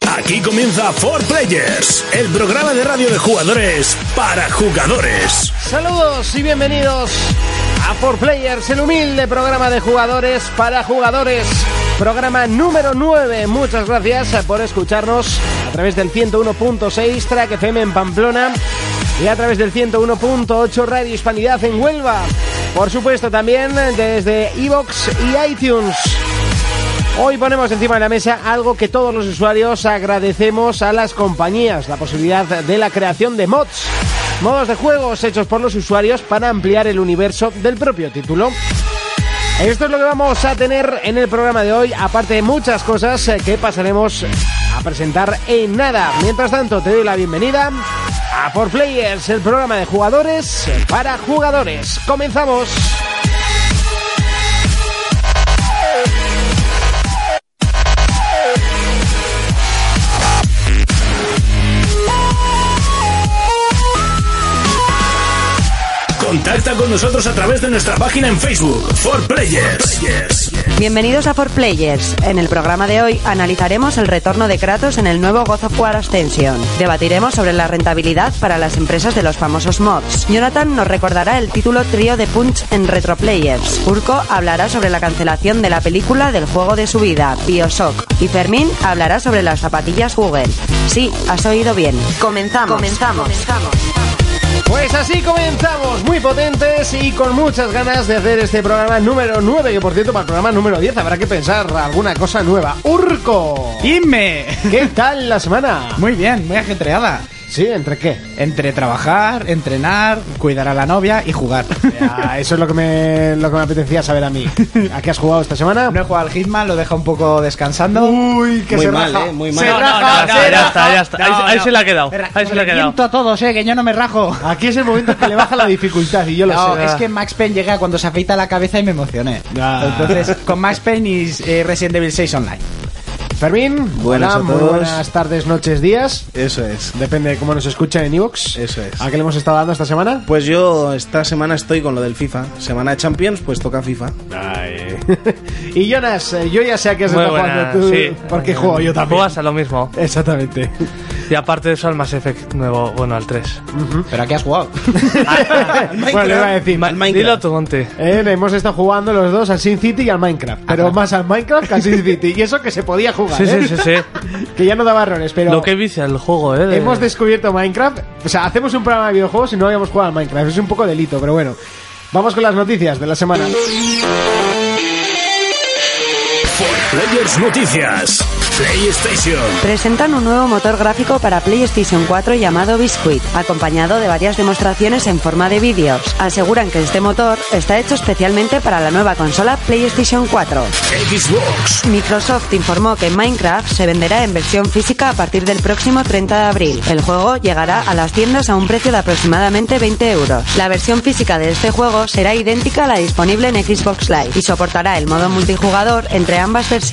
Aquí comienza For Players, el programa de radio de jugadores para jugadores. Saludos y bienvenidos a For Players, el humilde programa de jugadores para jugadores. Programa número 9. Muchas gracias por escucharnos a través del 101.6 Track FM en Pamplona y a través del 101.8 Radio Hispanidad en Huelva. Por supuesto también desde Evox y iTunes. Hoy ponemos encima de la mesa algo que todos los usuarios agradecemos a las compañías, la posibilidad de la creación de mods, modos de juegos hechos por los usuarios para ampliar el universo del propio título. Esto es lo que vamos a tener en el programa de hoy, aparte de muchas cosas que pasaremos a presentar en nada. Mientras tanto, te doy la bienvenida a For Players, el programa de jugadores para jugadores. Comenzamos. Contacta con nosotros a través de nuestra página en Facebook, For Players. Bienvenidos a For Players. En el programa de hoy analizaremos el retorno de Kratos en el nuevo God of War Ascension. Debatiremos sobre la rentabilidad para las empresas de los famosos mods. Jonathan nos recordará el título trío de Punch en Retro Players. Urko hablará sobre la cancelación de la película del juego de su vida, Bioshock. Y Fermín hablará sobre las zapatillas Google. Sí, has oído bien. Comenzamos. Comenzamos. Pues así comenzamos, muy potentes y con muchas ganas de hacer este programa número 9, que por cierto para el programa número 10 habrá que pensar alguna cosa nueva. Urco, ¡Dime! ¿qué tal la semana? Muy bien, muy ajetreada. Sí, ¿entre qué? Entre trabajar, entrenar, cuidar a la novia y jugar. Ah, eso es lo que, me, lo que me apetecía saber a mí. ¿A qué has jugado esta semana? No he jugado al Hitman, lo deja un poco descansando. Uy, que Muy se mal, raja. eh, muy Se mal. raja, no, no, se ya raja. está, ya está. Ahí, No, ahí no. se le ha quedado. Pero Ahí se le ha quedado. reviento a todos, eh, que yo no me rajo. Aquí es el momento que le baja la dificultad y yo lo No, sé. es que Max Payne llega cuando se afeita la cabeza y me emocioné. Ah. Entonces, con Max Payne y eh, Resident Evil 6 Online. Fermín, hola, Buenas a muy todos. buenas tardes, noches, días. Eso es. Depende de cómo nos escuchan en Evox. Eso es. ¿A qué le hemos estado dando esta semana? Pues yo esta semana estoy con lo del FIFA. Semana de Champions, pues toca FIFA. y Jonas, eh, yo ya sé a qué has Muy estado buena, jugando tú. sí. Porque juego yo también. Juegas a lo mismo. Exactamente. Y aparte de eso, al Mass Effect nuevo, bueno, al 3. ¿Pero a qué has jugado? bueno, le iba a decir. Ma- Al Minecraft. Dilo tú, Monty. eh, le hemos estado jugando los dos al Sin City y al Minecraft. Pero más al Minecraft que al Sin City. Y eso que se podía jugar. Sí, ¿eh? sí, sí, sí. Que ya no daba errores, pero. Lo que vicia el juego, ¿eh? de- Hemos descubierto Minecraft. O sea, hacemos un programa de videojuegos y no habíamos jugado al Minecraft. Es un poco delito, pero bueno. Vamos con las noticias de la semana. Players Noticias, PlayStation, Presentan un nuevo motor gráfico para PlayStation 4 llamado Biscuit, acompañado de varias demostraciones en forma de vídeos. Aseguran que este motor está hecho especialmente para la nueva consola PlayStation 4. Xbox, Microsoft informó que Minecraft se venderá en versión física a partir del próximo 30 de abril. El juego llegará a las tiendas a un precio de aproximadamente 20 euros. La versión física de este juego será idéntica a la disponible en Xbox Live y soportará el modo multijugador entre ambas versiones.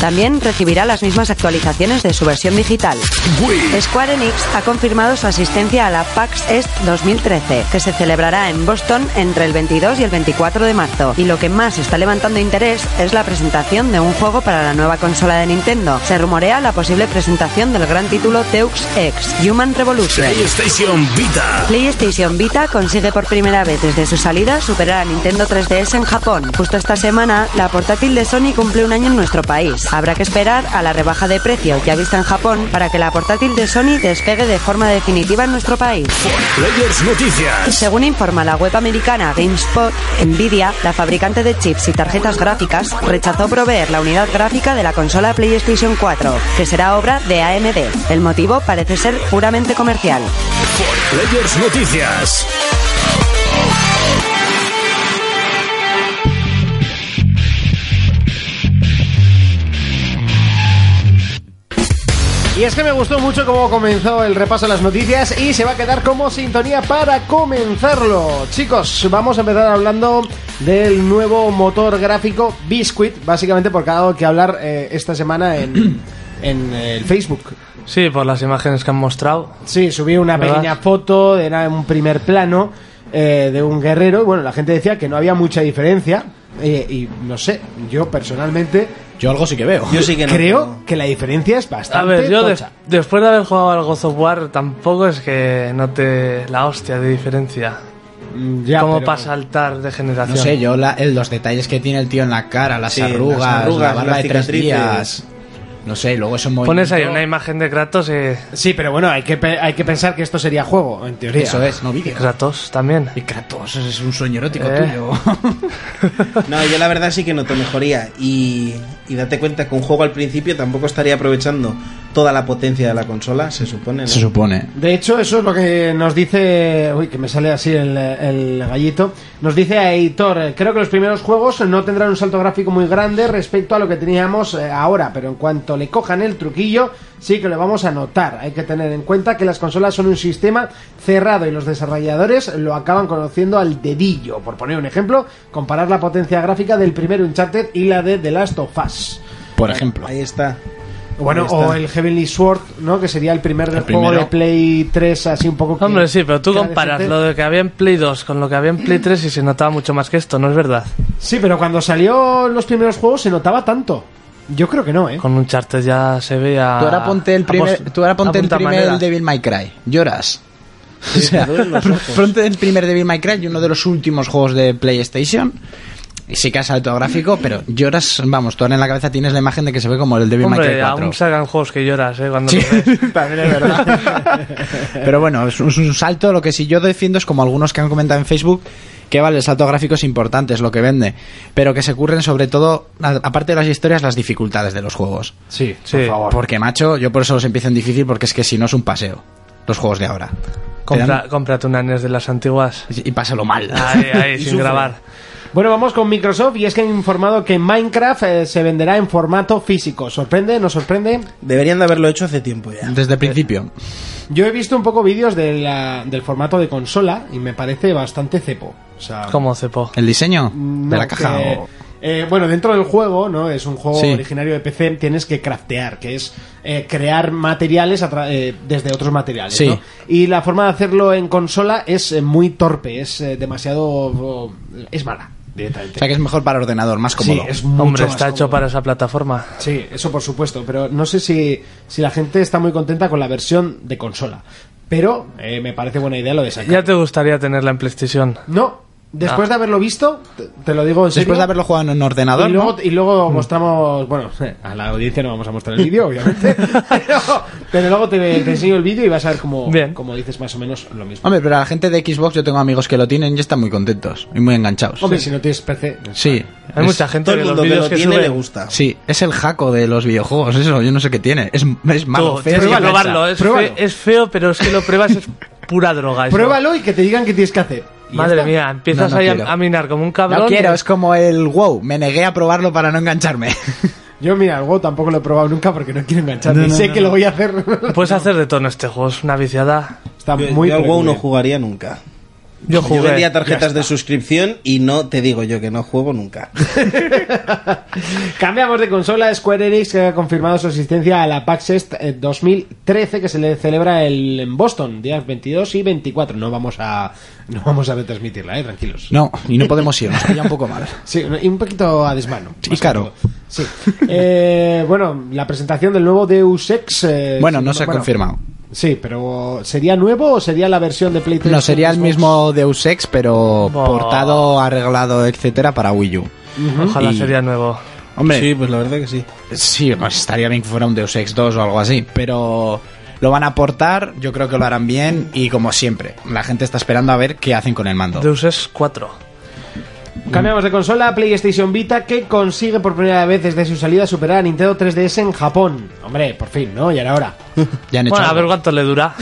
También recibirá las mismas actualizaciones de su versión digital. Wii, Square Enix ha confirmado su asistencia a la PAX Est 2013, que se celebrará en Boston entre el 22 y el 24 de marzo. Y lo que más está levantando interés es la presentación de un juego para la nueva consola de Nintendo. Se rumorea la posible presentación del gran título Deux Ex Human Revolution. PlayStation Vita, PlayStation Vita consigue por primera vez desde su salida superar a Nintendo 3DS en Japón. Justo esta semana, la portátil de Sony cumple un año en nuestro país. Habrá que esperar a la rebaja de precio ya vista en Japón para que la portátil de Sony despegue de forma definitiva en nuestro país. Players Noticias, Según informa la web americana GameSpot, Nvidia, la fabricante de chips y tarjetas gráficas, rechazó proveer la unidad gráfica de la consola PlayStation 4, que será obra de AMD. El motivo parece ser puramente comercial. Players Noticias. Y es que me gustó mucho cómo comenzó el repaso de las noticias y se va a quedar como sintonía para comenzarlo. Chicos, vamos a empezar hablando del nuevo motor gráfico Biscuit, básicamente porque ha dado que hablar eh, esta semana en, en el Facebook. Sí, por las imágenes que han mostrado. Sí, subí una ¿Verdad? pequeña foto, era un primer plano eh, de un guerrero y bueno, la gente decía que no había mucha diferencia eh, y no sé, yo personalmente Yo algo sí que veo. Yo sí que no. Creo pero- que la diferencia es A bastante. ver, yo des- tocha. después de haber jugado al God of War tampoco es que note la hostia de diferencia. Mm, ya, ¿Cómo pero- para saltar de generación? No sé, yo la- el- los detalles que tiene el tío en la cara, las Sí, arrugas, las arrugas, la barba las de tres cicatrices. días. No sé, luego eso Pones ahí una imagen de Kratos y... Sí, pero bueno, hay que, pe- hay que pensar que esto sería juego, en teoría. Eso es, no vídeo. Kratos también. Y Kratos, ese es un sueño erótico Eh. tuyo. No, yo la verdad sí que noto mejoría. Y, y date cuenta que un juego al principio tampoco estaría aprovechando toda la potencia de la consola, se supone. ¿no? Se supone. De hecho, eso es lo que nos dice. Uy, que me sale así el, el gallito. Nos dice Aitor: eh, Creo que los primeros juegos no tendrán un salto gráfico muy grande respecto a lo que teníamos eh, ahora, pero en cuanto le cojan el truquillo, sí que lo vamos a notar. Hay que tener en cuenta que las consolas son un sistema cerrado y los desarrolladores lo acaban conociendo al dedillo. Por poner un ejemplo, comparar la potencia gráfica del primer Uncharted y la de The Last of Us. Por ejemplo. Ahí está. Bueno, Ahí está. o el Heavenly Sword, ¿no? Que sería el primer El juego primero. de Play 3 así un poco... que- Hombre, sí, pero tú que era comparas decente. lo de que había en Play 2 con lo que había en Play 3 y se notaba mucho más que esto, ¿no es verdad? Sí, pero cuando salió los primeros juegos se notaba tanto. Yo creo que no, ¿eh? Con un charter ya se veía... Tú ahora ponte Ah, el primer, tú ahora ponte el primer de... Devil May Cry. Lloras. Sí, te duelen los ojos. Ponte el primer Devil May Cry y uno de los últimos juegos de PlayStation. Y sí que ha salto gráfico, pero lloras, vamos, tú ahora en la cabeza tienes la imagen de que se ve como el Devil May Cry Hombre, 4. aún sacan juegos que lloras, ¿eh? Cuando Sí. lo ves. Pero bueno, es un, es un salto. Lo que sí yo defiendo es como algunos que han comentado en Facebook, que vale, el salto gráfico es importante, es lo que vende. Pero que se curren sobre todo, a- aparte de las historias, las dificultades de los juegos. Sí, Sí. por favor. Porque, macho, yo por eso los empiezo en difícil, porque es que si no es un paseo, los juegos de ahora. Te Compra, dan- cómprate una NES de las antiguas. Y pásalo mal. Ahí, ahí, sin grabar. Bueno, vamos con Microsoft y es que han informado que Minecraft eh, se venderá en formato físico. ¿Sorprende? ¿No sorprende? Deberían de haberlo hecho hace tiempo ya. Desde el principio. Yo he visto un poco vídeos de la- del formato de consola y me parece bastante cepo. O sea, Como cepo. ¿El diseño no, de la caja? que- o- eh, bueno, dentro del juego, ¿no? Es un juego Sí. originario de PC, tienes que craftear, que es eh, crear materiales a tra- eh, desde otros materiales, Sí. ¿no? Y la forma de hacerlo en consola es eh, muy torpe, es eh, demasiado... oh, es mala, O directamente. sea que es mejor para ordenador, más sí, cómodo. es mucho Hombre, más está hecho cómodo. para esa plataforma. Sí, eso por supuesto, pero no sé si, si la gente está muy contenta con la versión de consola. Pero eh, me parece buena idea lo de sacar. Ya te Ah. gustaría tenerla en PlayStation. No, después de haberlo visto, te, te lo digo en serio. Después de haberlo jugado en ordenador, Y luego, ¿no? y luego mostramos, bueno, a la audiencia no vamos a mostrar el vídeo, obviamente, pero, pero luego te, te enseño el vídeo y vas a ver cómo, Bien. cómo dices más o menos lo mismo. Hombre, pero la gente de Xbox, yo tengo amigos que lo tienen y están muy contentos y muy enganchados. Hombre, si no tienes PC... Sí. Hay es- mucha gente Todo que el los mundo que vídeos lo que, tiene sube... le gusta. Sí, es el jaco de los videojuegos, eso, yo no sé qué tiene. Es, es malo, feo, tienes y que engancha. probarlo. Es, fe- Pruébalo. es feo, pero es que lo pruebas es pura droga. eso. Pruébalo y que te digan qué tienes que hacer. Y ya Madre está. mía, empiezas No, no ahí a- quiero. a minar como un cabrón. No quiero, es como el wow, me negué a probarlo para no engancharme. Yo, mira, algo tampoco lo he probado nunca porque no quiero engancharme. No, no, sé no, que lo voy a hacer. Puedes hacer de todo en este juego, es una viciada. Está Yo, muy yo al pero WoW muy no bien. jugaría nunca. Yo Yo jugué. vendía tarjetas de suscripción y no te digo yo que no juego nunca. Cambiamos de consola. Square Enix que ha confirmado su asistencia a la PAX Est eh, 2013 que se le celebra el- en Boston, días 22 y 24. No vamos a, no vamos a retransmitirla, eh, tranquilos. No, y no podemos ir, nos pilla un poco mal. Sí, y un poquito a desmano. Y más que caro. todo. Sí. Eh, bueno, la presentación del nuevo Deus Ex. eh, Bueno, sí, no se ha confirmado. Sí, pero ¿sería nuevo o sería la versión de PlayStation? No, sería el mismo Deus Ex, pero Buah. portado, arreglado, etcétera, para Wii U. Ojalá Y- sería nuevo. Hombre, Sí, pues la verdad que sí. Sí, pues, estaría bien que fuera un Deus Ex 2 o algo así, pero lo van a aportar, yo creo que lo harán bien y como siempre, la gente está esperando a ver qué hacen con el mando. Deus Ex 4. Cambiamos de consola, PlayStation Vita, que consigue por primera vez desde su salida superar a Nintendo 3DS en Japón. Hombre, por fin, ¿no? Ya era hora. Ya han hecho Bueno, a algo. ver cuánto le dura.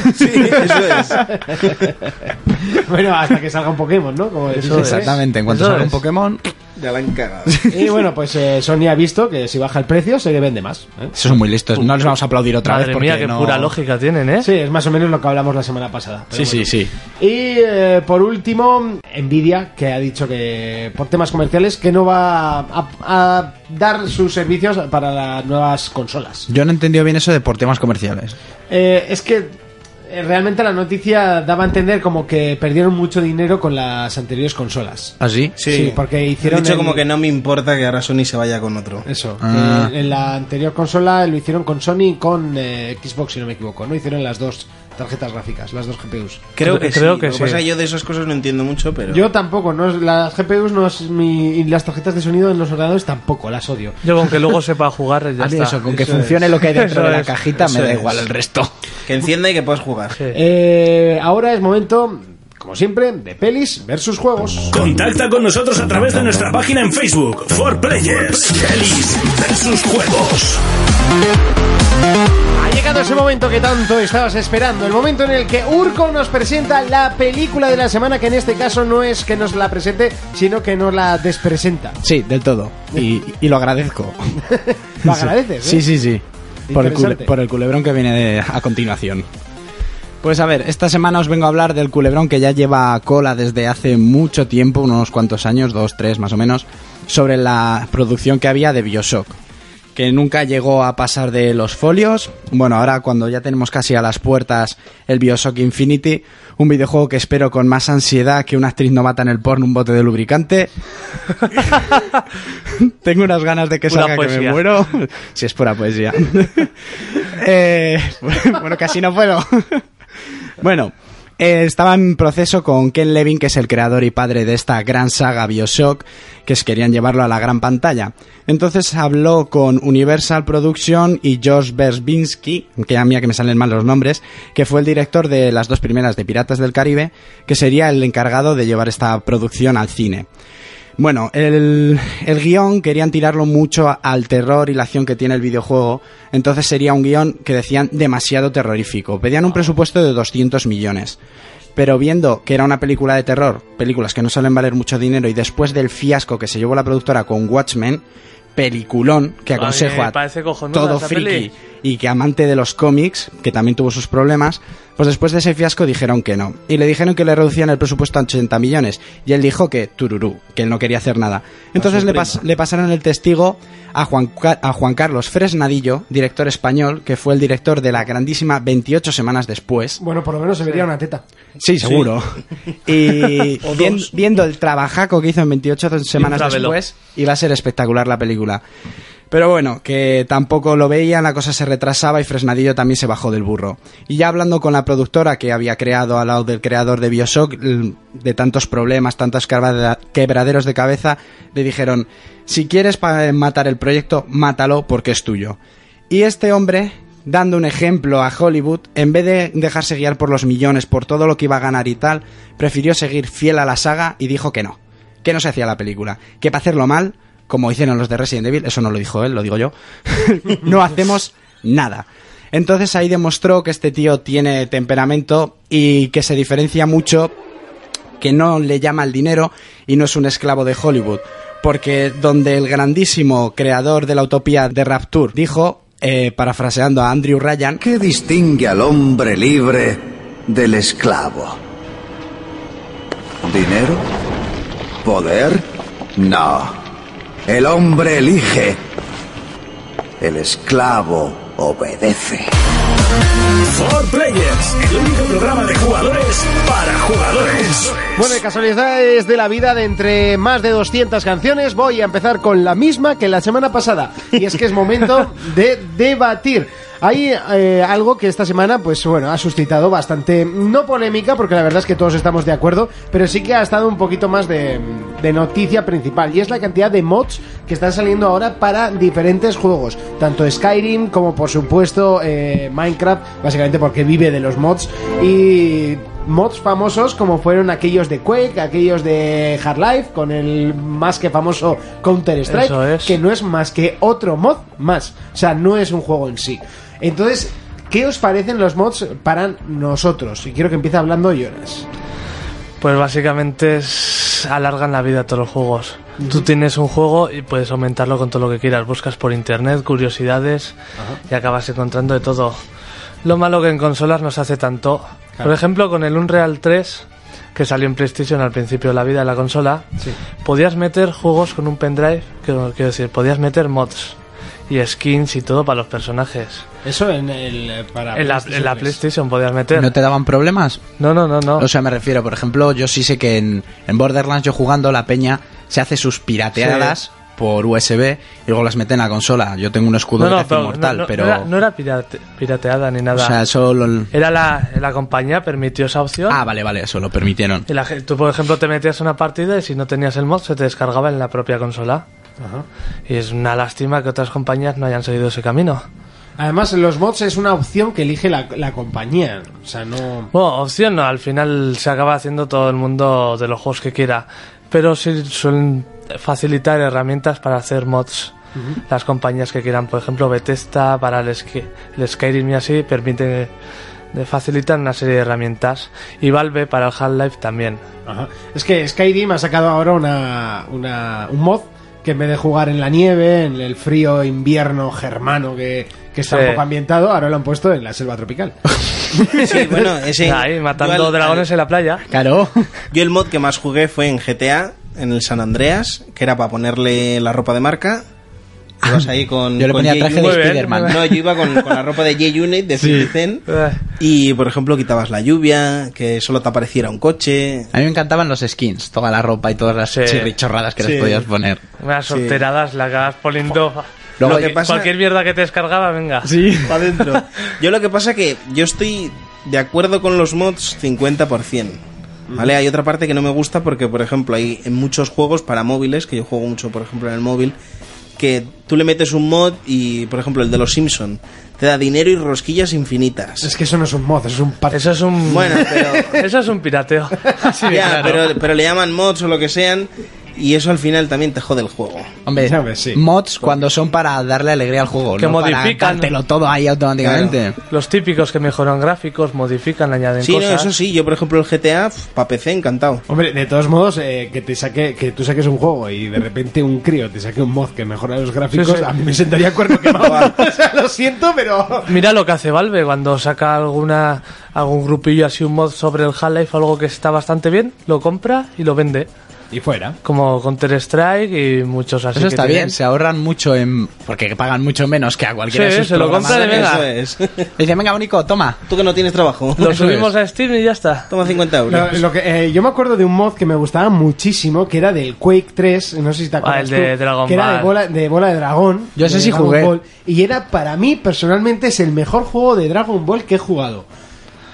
bueno, hasta que salga un Pokémon, ¿no? Como decís, ¿eh? Exactamente, en cuanto Eso salga un es. Pokémon, eso Ya la han cagado. Y bueno, pues eh, Sony ha visto que si baja el precio se vende más. ¿eh? son muy listos, no les vamos a aplaudir otra Madre vez porque mía, qué no- pura lógica tienen, ¿eh? Sí, es más o menos lo que hablamos la semana pasada. pero Sí, sí, bueno. sí. Y eh, por último, Nvidia, que ha dicho que por temas comerciales que no va a, a dar sus servicios para las nuevas consolas. Yo no he entendido bien eso de por temas comerciales. Eh, es que eh, realmente la noticia daba a entender como que perdieron mucho dinero con las anteriores consolas. ¿Ah, ¿Así? Sí, porque hicieron Han dicho el- como que no me importa que ahora Sony se vaya con otro. Eso. Ah. Eh, en la anterior consola lo hicieron con Sony y con eh, Xbox, si no me equivoco. No hicieron las dos tarjetas gráficas, las dos GPUs. Creo que Creo sí. que Lo sí. pasa es que yo de esas cosas no entiendo mucho, pero. Yo tampoco, no es- las GPUs no es mi, y las tarjetas de sonido en los ordenadores tampoco, las odio. Yo con que luego sepa jugar ya A mí está. eso, con que Eso funcione es. lo que hay dentro Eso de la es. cajita, me Eso da es. igual el resto. Que encienda y que puedas jugar. Sí. Eh, ahora es momento, como siempre, de pelis versus juegos. Contacta con nosotros a través de nuestra página en Facebook, For Players, Pelis versus Juegos. Ha llegado ese momento que tanto estabas esperando, el momento en el que Urco nos presenta la película de la semana, que en este caso no es que nos la presente, sino que nos la despresenta. Sí, del todo. Y, y lo agradezco. Lo agradeces, ¿eh? Sí, sí, sí. Por el, cule- Interesante. por el culebrón que viene de- a continuación. Pues a ver, esta semana os vengo a hablar del culebrón que ya lleva cola desde hace mucho tiempo, unos cuantos años, dos, tres más o menos, sobre la producción que había de Bioshock, que nunca llegó a pasar de los folios. Bueno, ahora cuando ya tenemos casi a las puertas el Bioshock Infinity, un videojuego que espero con más ansiedad que una actriz no mata en el porno un bote de lubricante. Tengo unas ganas de que Pura salga que me poesía. muero. Si es pura poesía. Eh, bueno, casi no puedo. Bueno, eh, estaba en proceso con Ken Levin, que es el creador y padre de esta gran saga Bioshock, que es- querían llevarlo a la gran pantalla. Entonces habló con Universal Production y Josh Berbinski, que a mí a que me salen mal los nombres, que fue el director de las dos primeras de Piratas del Caribe, que sería el encargado de llevar esta producción al cine. Bueno, el, el guión querían tirarlo mucho al terror y la acción que tiene el videojuego, entonces sería un guión que decían demasiado terrorífico. Pedían un presupuesto de 200 millones. Pero viendo que era una película de terror, películas que no suelen valer mucho dinero, y después del fiasco que se llevó la productora con Watchmen, peliculón que mí me aconsejo a parece cojonuda todo esa friki peli. y que amante de los cómics, que también tuvo sus problemas, pues después de ese fiasco dijeron que no. Y le dijeron que le reducían el presupuesto a 80 millones. Y él dijo que tururú, que él no quería hacer nada. Entonces le, pas- le pasaron el testigo a Juan, Ca- a Juan Carlos Fresnadillo, director español, que fue el director de la grandísima 28 semanas después. Bueno, por lo menos se vería una teta. Sí, seguro. Y vien- viendo el trabajaco que hizo en 28 semanas Infravelo. después, iba a ser espectacular la película. Pero bueno, que tampoco lo veían, la cosa se retrasaba y Fresnadillo también se bajó del burro. Y ya hablando con la productora que había creado al lado del creador de Bioshock, l- de tantos problemas, tantos quebra- quebraderos de cabeza, le dijeron, si quieres pa- matar el proyecto, mátalo porque es tuyo. Y este hombre, dando un ejemplo a Hollywood, en vez de dejarse guiar por los millones, por todo lo que iba a ganar y tal, prefirió seguir fiel a la saga y dijo que no que no se hacía la película. Que para hacerlo mal, como hicieron los de Resident Evil, eso no lo dijo él, lo digo yo, no hacemos nada. Entonces ahí demostró que este tío tiene temperamento y que se diferencia mucho que no le llama el dinero y no es un esclavo de Hollywood. Porque donde el grandísimo creador de la utopía de Rapture dijo, eh, parafraseando a Andrew Ryan, ¿Qué distingue al hombre libre del esclavo? ¿Dinero? ¿Poder? No. El hombre elige. El esclavo obedece. For Players, el único programa de jugadores para jugadores. Bueno, de casualidades de la vida de entre más de 200 canciones, voy a empezar con la misma que la semana pasada. Y es que es momento de debatir. Hay eh, algo que esta semana, pues bueno, ha suscitado bastante, no polémica, porque la verdad es que todos estamos de acuerdo, pero sí que ha estado un poquito más de, de noticia principal. Y es la cantidad de mods que están saliendo ahora para diferentes juegos. Tanto Skyrim como, por supuesto, eh, Minecraft, básicamente porque vive de los mods. Y mods famosos como fueron aquellos de Quake, aquellos de Hard Life, con el más que famoso Counter Strike, Eso es. que no es más que otro mod más, o sea, no es un juego en sí. Entonces, ¿qué os parecen los mods para nosotros? Y quiero que empiece hablando Jonas. Pues básicamente es- alargan la vida a todos los juegos. Tú tienes un juego y puedes aumentarlo con todo lo que quieras. Buscas por internet, curiosidades y acabas encontrando de todo. Lo malo que en consolas no se hace tanto. Por ejemplo, con el Unreal 3, que salió en PlayStation al principio de la vida de la consola, podías meter juegos con un pendrive, que- quiero decir, podías meter mods y skins y todo para los personajes. Eso en el. eh, Para En la, en la PlayStation podías meter. ¿No te daban problemas? No, no, no, no. O sea, me refiero, por ejemplo, yo sí sé que en, en Borderlands yo jugando la peña se hace sus pirateadas por USB y luego las mete en la consola. Yo tengo un escudo no, de no, caza pero- inmortal, no, no, pero... no era, no era pirate- pirateada ni nada. o sea, solo... el- era la, la compañía permitió esa opción. Ah, vale, vale, eso lo permitieron. Y la gen- tú, por ejemplo, te metías una partida y si no tenías el mod se te descargaba en la propia consola. Y es una lástima que otras compañías no hayan seguido ese camino. Además, los mods es una opción que elige la, la compañía. O sea, no. Bueno, opción no, al final se acaba haciendo todo el mundo de los juegos que quiera. Pero sí suelen facilitar herramientas para hacer mods. Las compañías que quieran, por ejemplo, Bethesda para el, Sky- el Skyrim y así, permite de facilitar una serie de herramientas. Y Valve para el Half-Life también. Ajá. Es que Skyrim ha sacado ahora una, una- un mod que en vez de jugar en la nieve, en el frío invierno germano que, que está Sí. un poco ambientado, ahora lo han puesto en la selva tropical. Eh, Sí, pues. bueno, ese. Ahí, yo matando al- dragones en la playa. Claro. Yo el mod que más jugué fue en GTA, en el San Andreas, que era para ponerle la ropa de marca. Ibas ahí con. Ah, Yo le con ponía J. traje de Unit. bien, Spiderman. No, yo iba con, con la ropa de J-Unit, de 50 Cent, Eh, y por ejemplo quitabas la lluvia, que solo te apareciera un coche. A mí me encantaban los skins, toda la ropa y todas las Sí. chirrichorradas que Sí. les podías poner. Unas solteradas la acabas poniendo. Luego, Lo que pasa- Cualquier mierda que te descargaba, venga. Pa' dentro. Yo lo que pasa que yo estoy de acuerdo con los mods 50%. ¿Vale? Hay otra parte que no me gusta porque, por ejemplo, hay en muchos juegos para móviles, que yo juego mucho, por ejemplo, en el móvil, que tú le metes un mod y, por ejemplo, el de los Simpson te da dinero y rosquillas infinitas. es que eso no es un mod, eso es un parche. Eso es un. Bueno, pero- Eso es un pirateo. Ya, pero, pero le llaman mods o lo que sean y eso al final también te jode el juego. hombre, Ya ves, sí. mods cuando son para darle alegría al juego, Que no para modifican. dártelo todo ahí automáticamente. Los típicos que mejoran gráficos, modifican, añaden Sí, no, cosas. eso sí. Yo, por ejemplo, el GTA, para PC, encantado. Hombre, de todos modos, eh, que te saque, que tú saques un juego y de repente un crío te saque un mod que mejora los gráficos, Sí, sí. a mí me sentaría cuerno quemado. o sea, lo siento, pero. Mira lo que hace Valve cuando saca alguna algún grupillo así un mod sobre el Half-Life o algo que está bastante bien, lo compra y lo vende, Y fuera. como Counter Strike y muchos así. Eso que está tienen. bien, se ahorran mucho en... porque pagan mucho menos que a cualquiera Sí, de sus se lo programas. compran y venga. Eso es. Dice, venga, Bonico, toma. Tú que no tienes trabajo. Lo Eso es. subimos a Steam y ya está. Toma 50 euros. Lo- lo que, eh, yo me acuerdo de un mod que me gustaba muchísimo, que era del Quake 3, no sé si te acuerdas Ah, el de tú, Dragon que era de Ball. bola, de bola de dragón. Yo ese de sí Dragon jugué. Ball, y era para mí, personalmente, es el mejor juego de Dragon Ball que he jugado.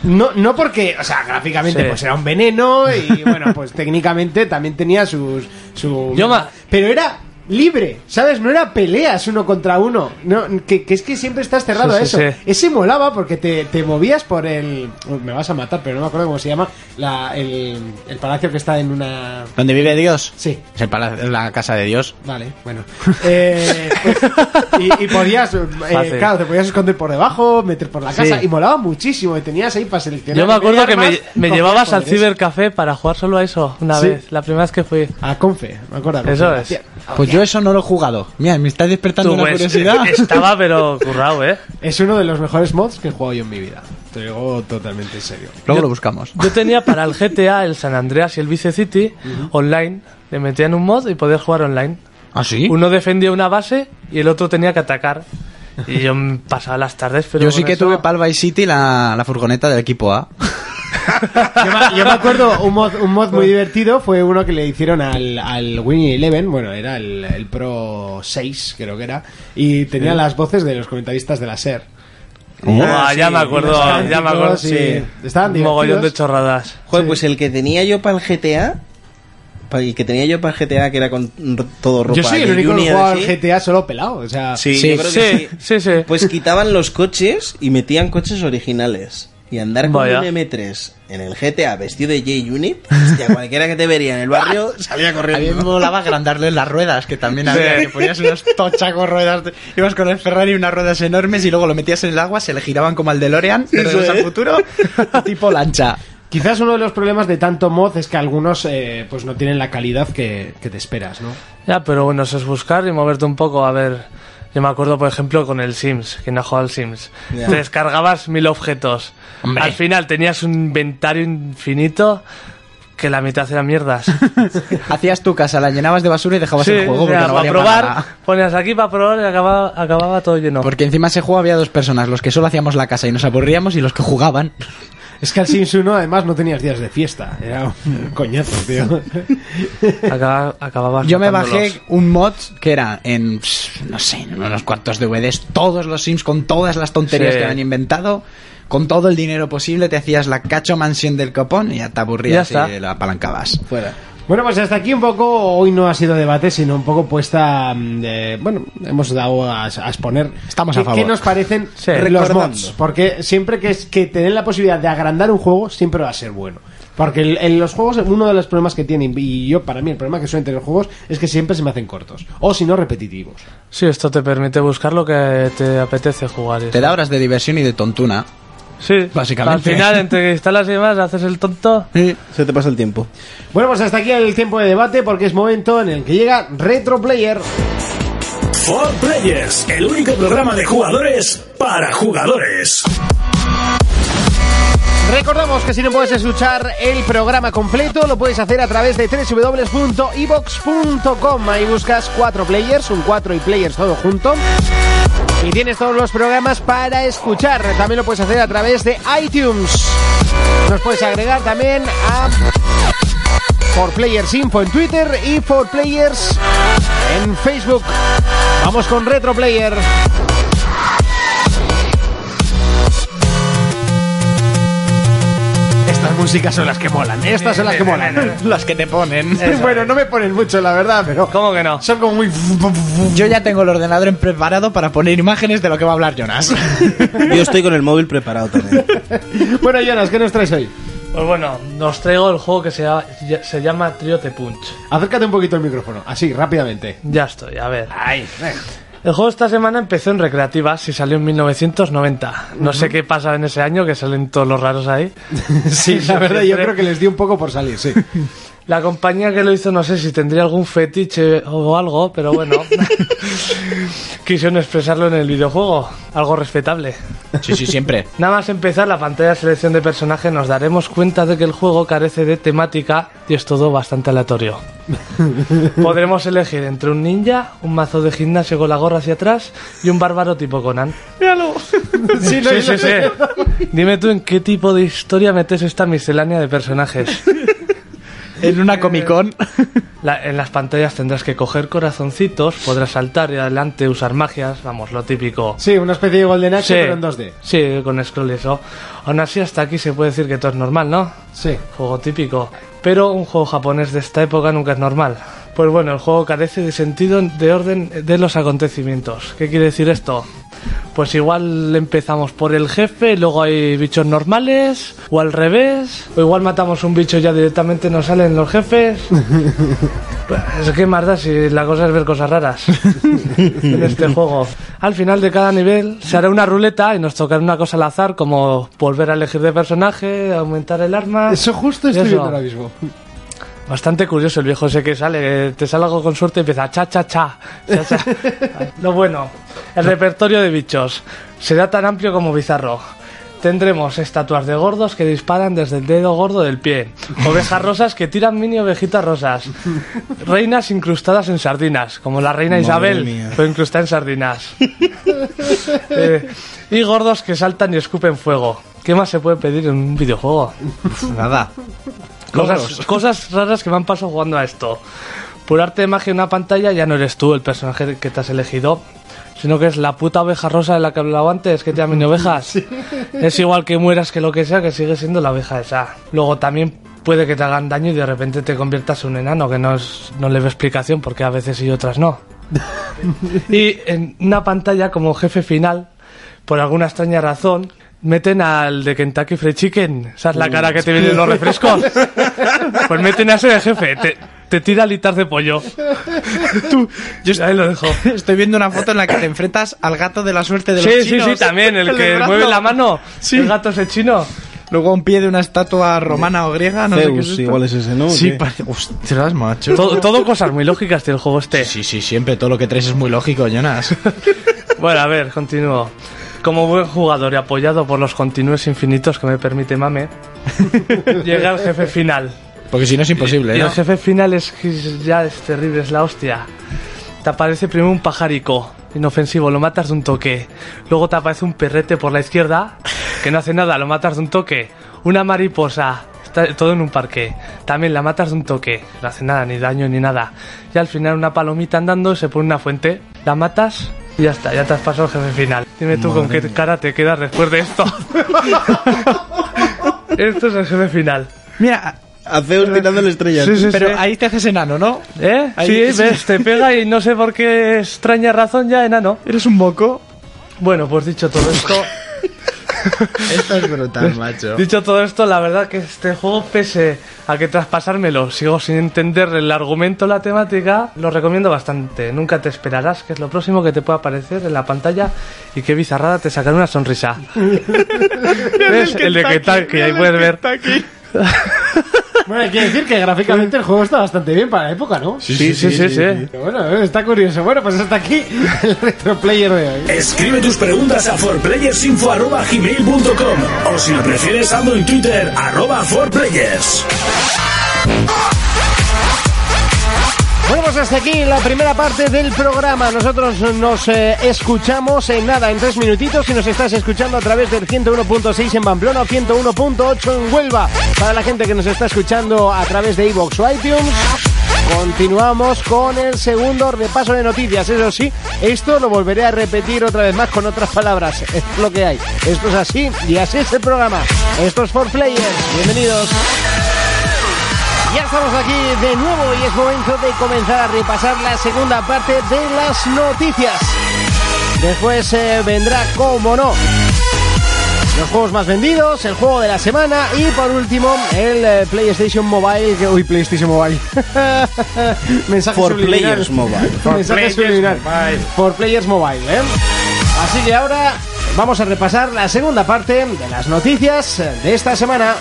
No, no porque, o sea, gráficamente Sí. pues era un veneno y bueno, pues técnicamente también tenía sus... su- Yo ma- Pero era libre, ¿sabes? No era peleas uno contra uno. No, que, que es que siempre estás cerrado Sí, a sí, eso. sí. Ese molaba porque te, te movías por el... Uy, Me vas a matar, pero no me acuerdo cómo se llama. La, el, el palacio que está en una... ¿Dónde vive Dios? Sí. Es el pala- la casa de Dios. Vale, bueno. Eh, pues, y, y podías, eh, Fácil. claro, te podías esconder por debajo, meter por la Sí. casa y molaba muchísimo. Y tenías ahí para seleccionar. Yo me en vez de acuerdo que me, armas, me cogías llevabas al poderes. cibercafé para jugar solo a eso una Sí. vez, la primera vez que fui. A Confe, me acuerdo. a Confe. Eso es. Pues yo eso no lo he jugado. Mira, me está despertando Tú, una pues, curiosidad. estaba pero currado, ¿eh? Es uno de los mejores mods que he jugado yo en mi vida. Te lo digo totalmente en serio. Luego lo buscamos. Yo tenía para el GTA, el San Andreas y el Vice City online. Le metían un mod y podías jugar online. ¿Ah, sí? Uno defendía una base y el otro tenía que atacar. Y yo me pasaba las tardes, pero. Yo sí con que eso- tuve Palva y City la, la furgoneta del equipo A. Yo me, yo me acuerdo un mod, un mod muy divertido fue uno que le hicieron al, al Winnie Eleven, bueno, era el, el Pro 6, creo que era, y tenía las voces de los comentaristas de la SER. Ah, ya me acuerdo, Estaban ya me acuerdo. chicos y sí. Estaban Un mogollón de divertidos. chorradas. Joder, Sí. pues el que tenía yo para el GTA. pa- El que tenía yo para el GTA, que era con r- todo ropa. Yo soy el de único que Junior, jugaba al así. GTA solo pelado, o sea... Sí, Sí, yo creo Sí, que sí. sí, sí. Pues quitaban los coches y metían coches originales. Y andar con Vaya. un M3 en el GTA vestido de J-Unit, hostia, cualquiera que te vería en el barrio salía A mí me corriendo. molaba agrandarle las ruedas, que también había, que ponías unas tochas con ruedas, de- ibas con el Ferrari unas ruedas enormes y luego lo metías en el agua, se le giraban como al DeLorean, de regreso al futuro, tipo lancha. Quizás uno de los problemas de tanto mod es que algunos eh, pues no tienen la calidad que, que te esperas, ¿no? Ya, pero bueno, eso es buscar y moverte un poco. A ver, yo me acuerdo, por ejemplo, con el Sims, que no ha jugado al Sims. Ya. Te descargabas mil objetos. Hombre. Al final tenías un inventario infinito que la mitad eran mierdas. Hacías tu casa, la llenabas de basura y dejabas el juego porque era no para valía probar, para nada. ponías aquí para probar y acababa, acababa todo lleno. Porque encima ese juego había dos personas, los que solo hacíamos la casa y nos aburríamos y los que jugaban. Es que al Sims 1 además no tenías días de fiesta. Era un coñazo, tío. Acaba- acababas Yo me matándolos. bajé un mod que era en, pss, no sé, en unos cuantos DVDs, todos los Sims con todas las tonterías Sí. que habían inventado, con todo el dinero posible, te hacías la cacho mansión del copón y ya te aburrías Ya está. y la apalancabas. Fuera. Bueno, pues hasta aquí un poco, hoy no ha sido debate, sino un poco puesta, mm, de- bueno, hemos dado a, a exponer Estamos qué, a favor. qué nos parecen Sí. los Recordando. mods, porque siempre que, es, que te den la posibilidad de agrandar un juego, siempre va a ser bueno. Porque el- en los juegos, uno de los problemas que tienen, y yo para mí el problema que suelen tener los juegos, es que siempre se me hacen cortos, o si no repetitivos. Sí, esto te permite buscar lo que te apetece jugar. y Te da horas de diversión y de tontuna. Sí, Básicamente. Al final, entre que instalas y demás, haces el tonto. Se te pasa el tiempo. Bueno, pues hasta aquí el tiempo de debate, porque es momento en el que llega Retro Player. For Players, el único programa de jugadores para jugadores. Recordamos que si no puedes escuchar el programa completo, lo puedes hacer a través de www.ibox.com. Ahí buscas cuatro players, un cuatro y players todo junto. Y tienes todos los programas para escuchar. También lo puedes hacer a través de iTunes. Nos puedes agregar también a For Players Info en Twitter y For Players en Facebook. Vamos con Retro Player. Estas músicas son las que molan. ¿eh? Estas son las que molan. Las que te ponen. Bueno, no me ponen mucho, la verdad, pero ¿Cómo que no? son como muy... Yo ya tengo el ordenador en preparado para poner imágenes de lo que va a hablar Jonas. Yo estoy con el móvil preparado también. Bueno, Jonas, ¿qué nos traes hoy? Pues bueno, os traigo el juego que se, llama- se llama Triote Punch. Acércate un poquito al micrófono, así, rápidamente. Ya estoy, a ver. El juego esta semana empezó en recreativas y salió en 1990. No sé qué pasa en ese año, que salen todos los raros ahí. Sí, la verdad, yo creo que les di un poco por salir, sí. La compañía que lo hizo no sé si tendría algún fetiche o algo, pero bueno. Quisieron expresarlo en el videojuego, algo respetable. Sí, sí, siempre. Nada más empezar la pantalla de selección de personaje nos daremos cuenta de que el juego carece de temática y es todo bastante aleatorio. Podremos elegir entre un ninja, un mazo de gimnasio con la gorra hacia atrás y un bárbaro tipo Conan. ¡Míralo! Sí, sí, sí, sí. Dime tú en qué tipo de historia metes esta miscelánea de personajes. En una Comic Con. La- en las pantallas tendrás que coger corazoncitos, podrás saltar y adelante, usar magias, vamos, lo típico. Sí, una especie de Golden Axe, Sí. pero en 2D. Sí, con scroll y eso. Aún así, hasta aquí se puede decir que todo es normal, ¿no? Sí. Juego típico. Pero un juego japonés de esta época nunca es normal. Pues bueno, el juego carece de sentido de orden de los acontecimientos. ¿Qué quiere decir esto? Pues igual empezamos por el jefe, luego hay bichos normales, o al revés, o igual matamos un bicho y ya directamente nos salen los jefes. Pues, Es que más da si la cosa es ver cosas raras en este juego. Al final de cada nivel se hará una ruleta y nos tocará una cosa al azar, como volver a elegir de personaje, aumentar el arma. Eso justo estoy Eso. viendo ahora mismo. Bastante curioso el viejo ese que sale, eh, te sale algo con suerte y empieza cha cha cha. cha, cha. Lo bueno, el repertorio de bichos será tan amplio como bizarro. Tendremos estatuas de gordos que disparan desde el dedo gordo del pie, ovejas rosas que tiran mini ovejitas rosas, reinas incrustadas en sardinas, como la reina Isabel, mía. pero incrustada en sardinas, Eh, y gordos que saltan y escupen fuego. ¿Qué más se puede pedir en un videojuego? Nada. Cosas, cosas raras que me han pasado jugando a esto. Por arte de magia en una pantalla ya no eres tú el personaje que te has elegido, sino que es la puta oveja rosa de la que hablaba antes, que te llaman ovejas. Es igual que mueras que lo que sea, que sigue siendo la oveja esa. Luego también puede que te hagan daño y de repente te conviertas en un enano, que no, es, no le veo explicación porque a veces y otras no. Y en una pantalla como jefe final, por alguna extraña razón, meten al de Kentucky Fried Chicken. Esa es la cara que te vienen los refrescos. Pues meten a ese de jefe. Te, te tira alitas de pollo. Tú, yo ahí lo dejo. Estoy viendo una foto en la que te enfrentas al gato de la suerte de Sí, los sí, chinos. sí, también. El que celebrando. mueve la mano. Sí. El gato ese chino. Luego a un pie de una estatua romana o griega, no sé qué es Zeus, esto. igual es ese, ¿no? Sí, ¿Qué? pare- Ostras, macho. Todo, todo cosas muy lógicas tiene el juego este. Sí, sí, siempre todo lo que traes es muy lógico, Jonas. Bueno, a ver, continúo. Como buen jugador y apoyado por los continuos infinitos que me permite Mame, llega al jefe final. Porque si no es imposible, Y ¿no? el jefe final es que es- ya es terrible, es la hostia. Te aparece primero un pajarico inofensivo, lo matas de un toque. Luego te aparece un perrete por la izquierda que no hace nada, lo matas de un toque. Una mariposa, está todo en un parque. También la matas de un toque, no hace nada, ni daño ni nada. Y al final una palomita andando se pone una fuente, la matas y ya está, ya te has pasado el jefe final. Dime tú con qué cara te quedas después de esto. esto es el jefe final. Mira, A Zeus tirando la estrella. Sí, sí, pero sí. ahí te haces enano, ¿no? ¿Eh? Ahí- sí, sí. ves, te pega y no sé por qué extraña razón ya, enano. Eres un moco. Bueno, pues dicho todo esto, Esto es brutal, macho. dicho todo esto, la verdad que este juego, pese a que tras pasármelo sigo sin entender el argumento, la temática, lo recomiendo bastante. Nunca te esperarás que es lo próximo que te pueda aparecer en la pantalla y qué bizarrada te sacará una sonrisa. ¿Ves? El de Kentucky, ahí puedes ver. Bueno, hay que decir que gráficamente el juego está bastante bien para la época, ¿no? Sí, sí, sí, sí. Pero Bueno, eh, está curioso. Bueno, pues hasta aquí el Retro Player de hoy. Escribe tus preguntas a forplayersinfo.gmail.com o si lo prefieres hazlo en Twitter, arroba forplayers. Bueno, pues hasta aquí la primera parte del programa. Nosotros nos eh, escuchamos en nada, en tres minutitos, si nos estás escuchando a través del 101.6 en Pamplona o 101.8 en Huelva. Para la gente que nos está escuchando a través de iVoox o iTunes, continuamos con el segundo repaso de noticias. Eso sí, esto lo volveré a repetir otra vez más con otras palabras. Es lo que hay. Esto es así y así es el programa. Esto es For Players. Bienvenidos. Ya estamos aquí de nuevo y es momento de comenzar a repasar la segunda parte de las noticias. Después eh, vendrá, como no, los juegos más vendidos, el juego de la semana y por último el eh, PlayStation Mobile. Que, uy, PlayStation Mobile. Mensaje For subliminal. Players Mobile. Mensaje subliminal. For Players Mobile, ¿eh? Así que ahora vamos a repasar la segunda parte de las noticias de esta semana.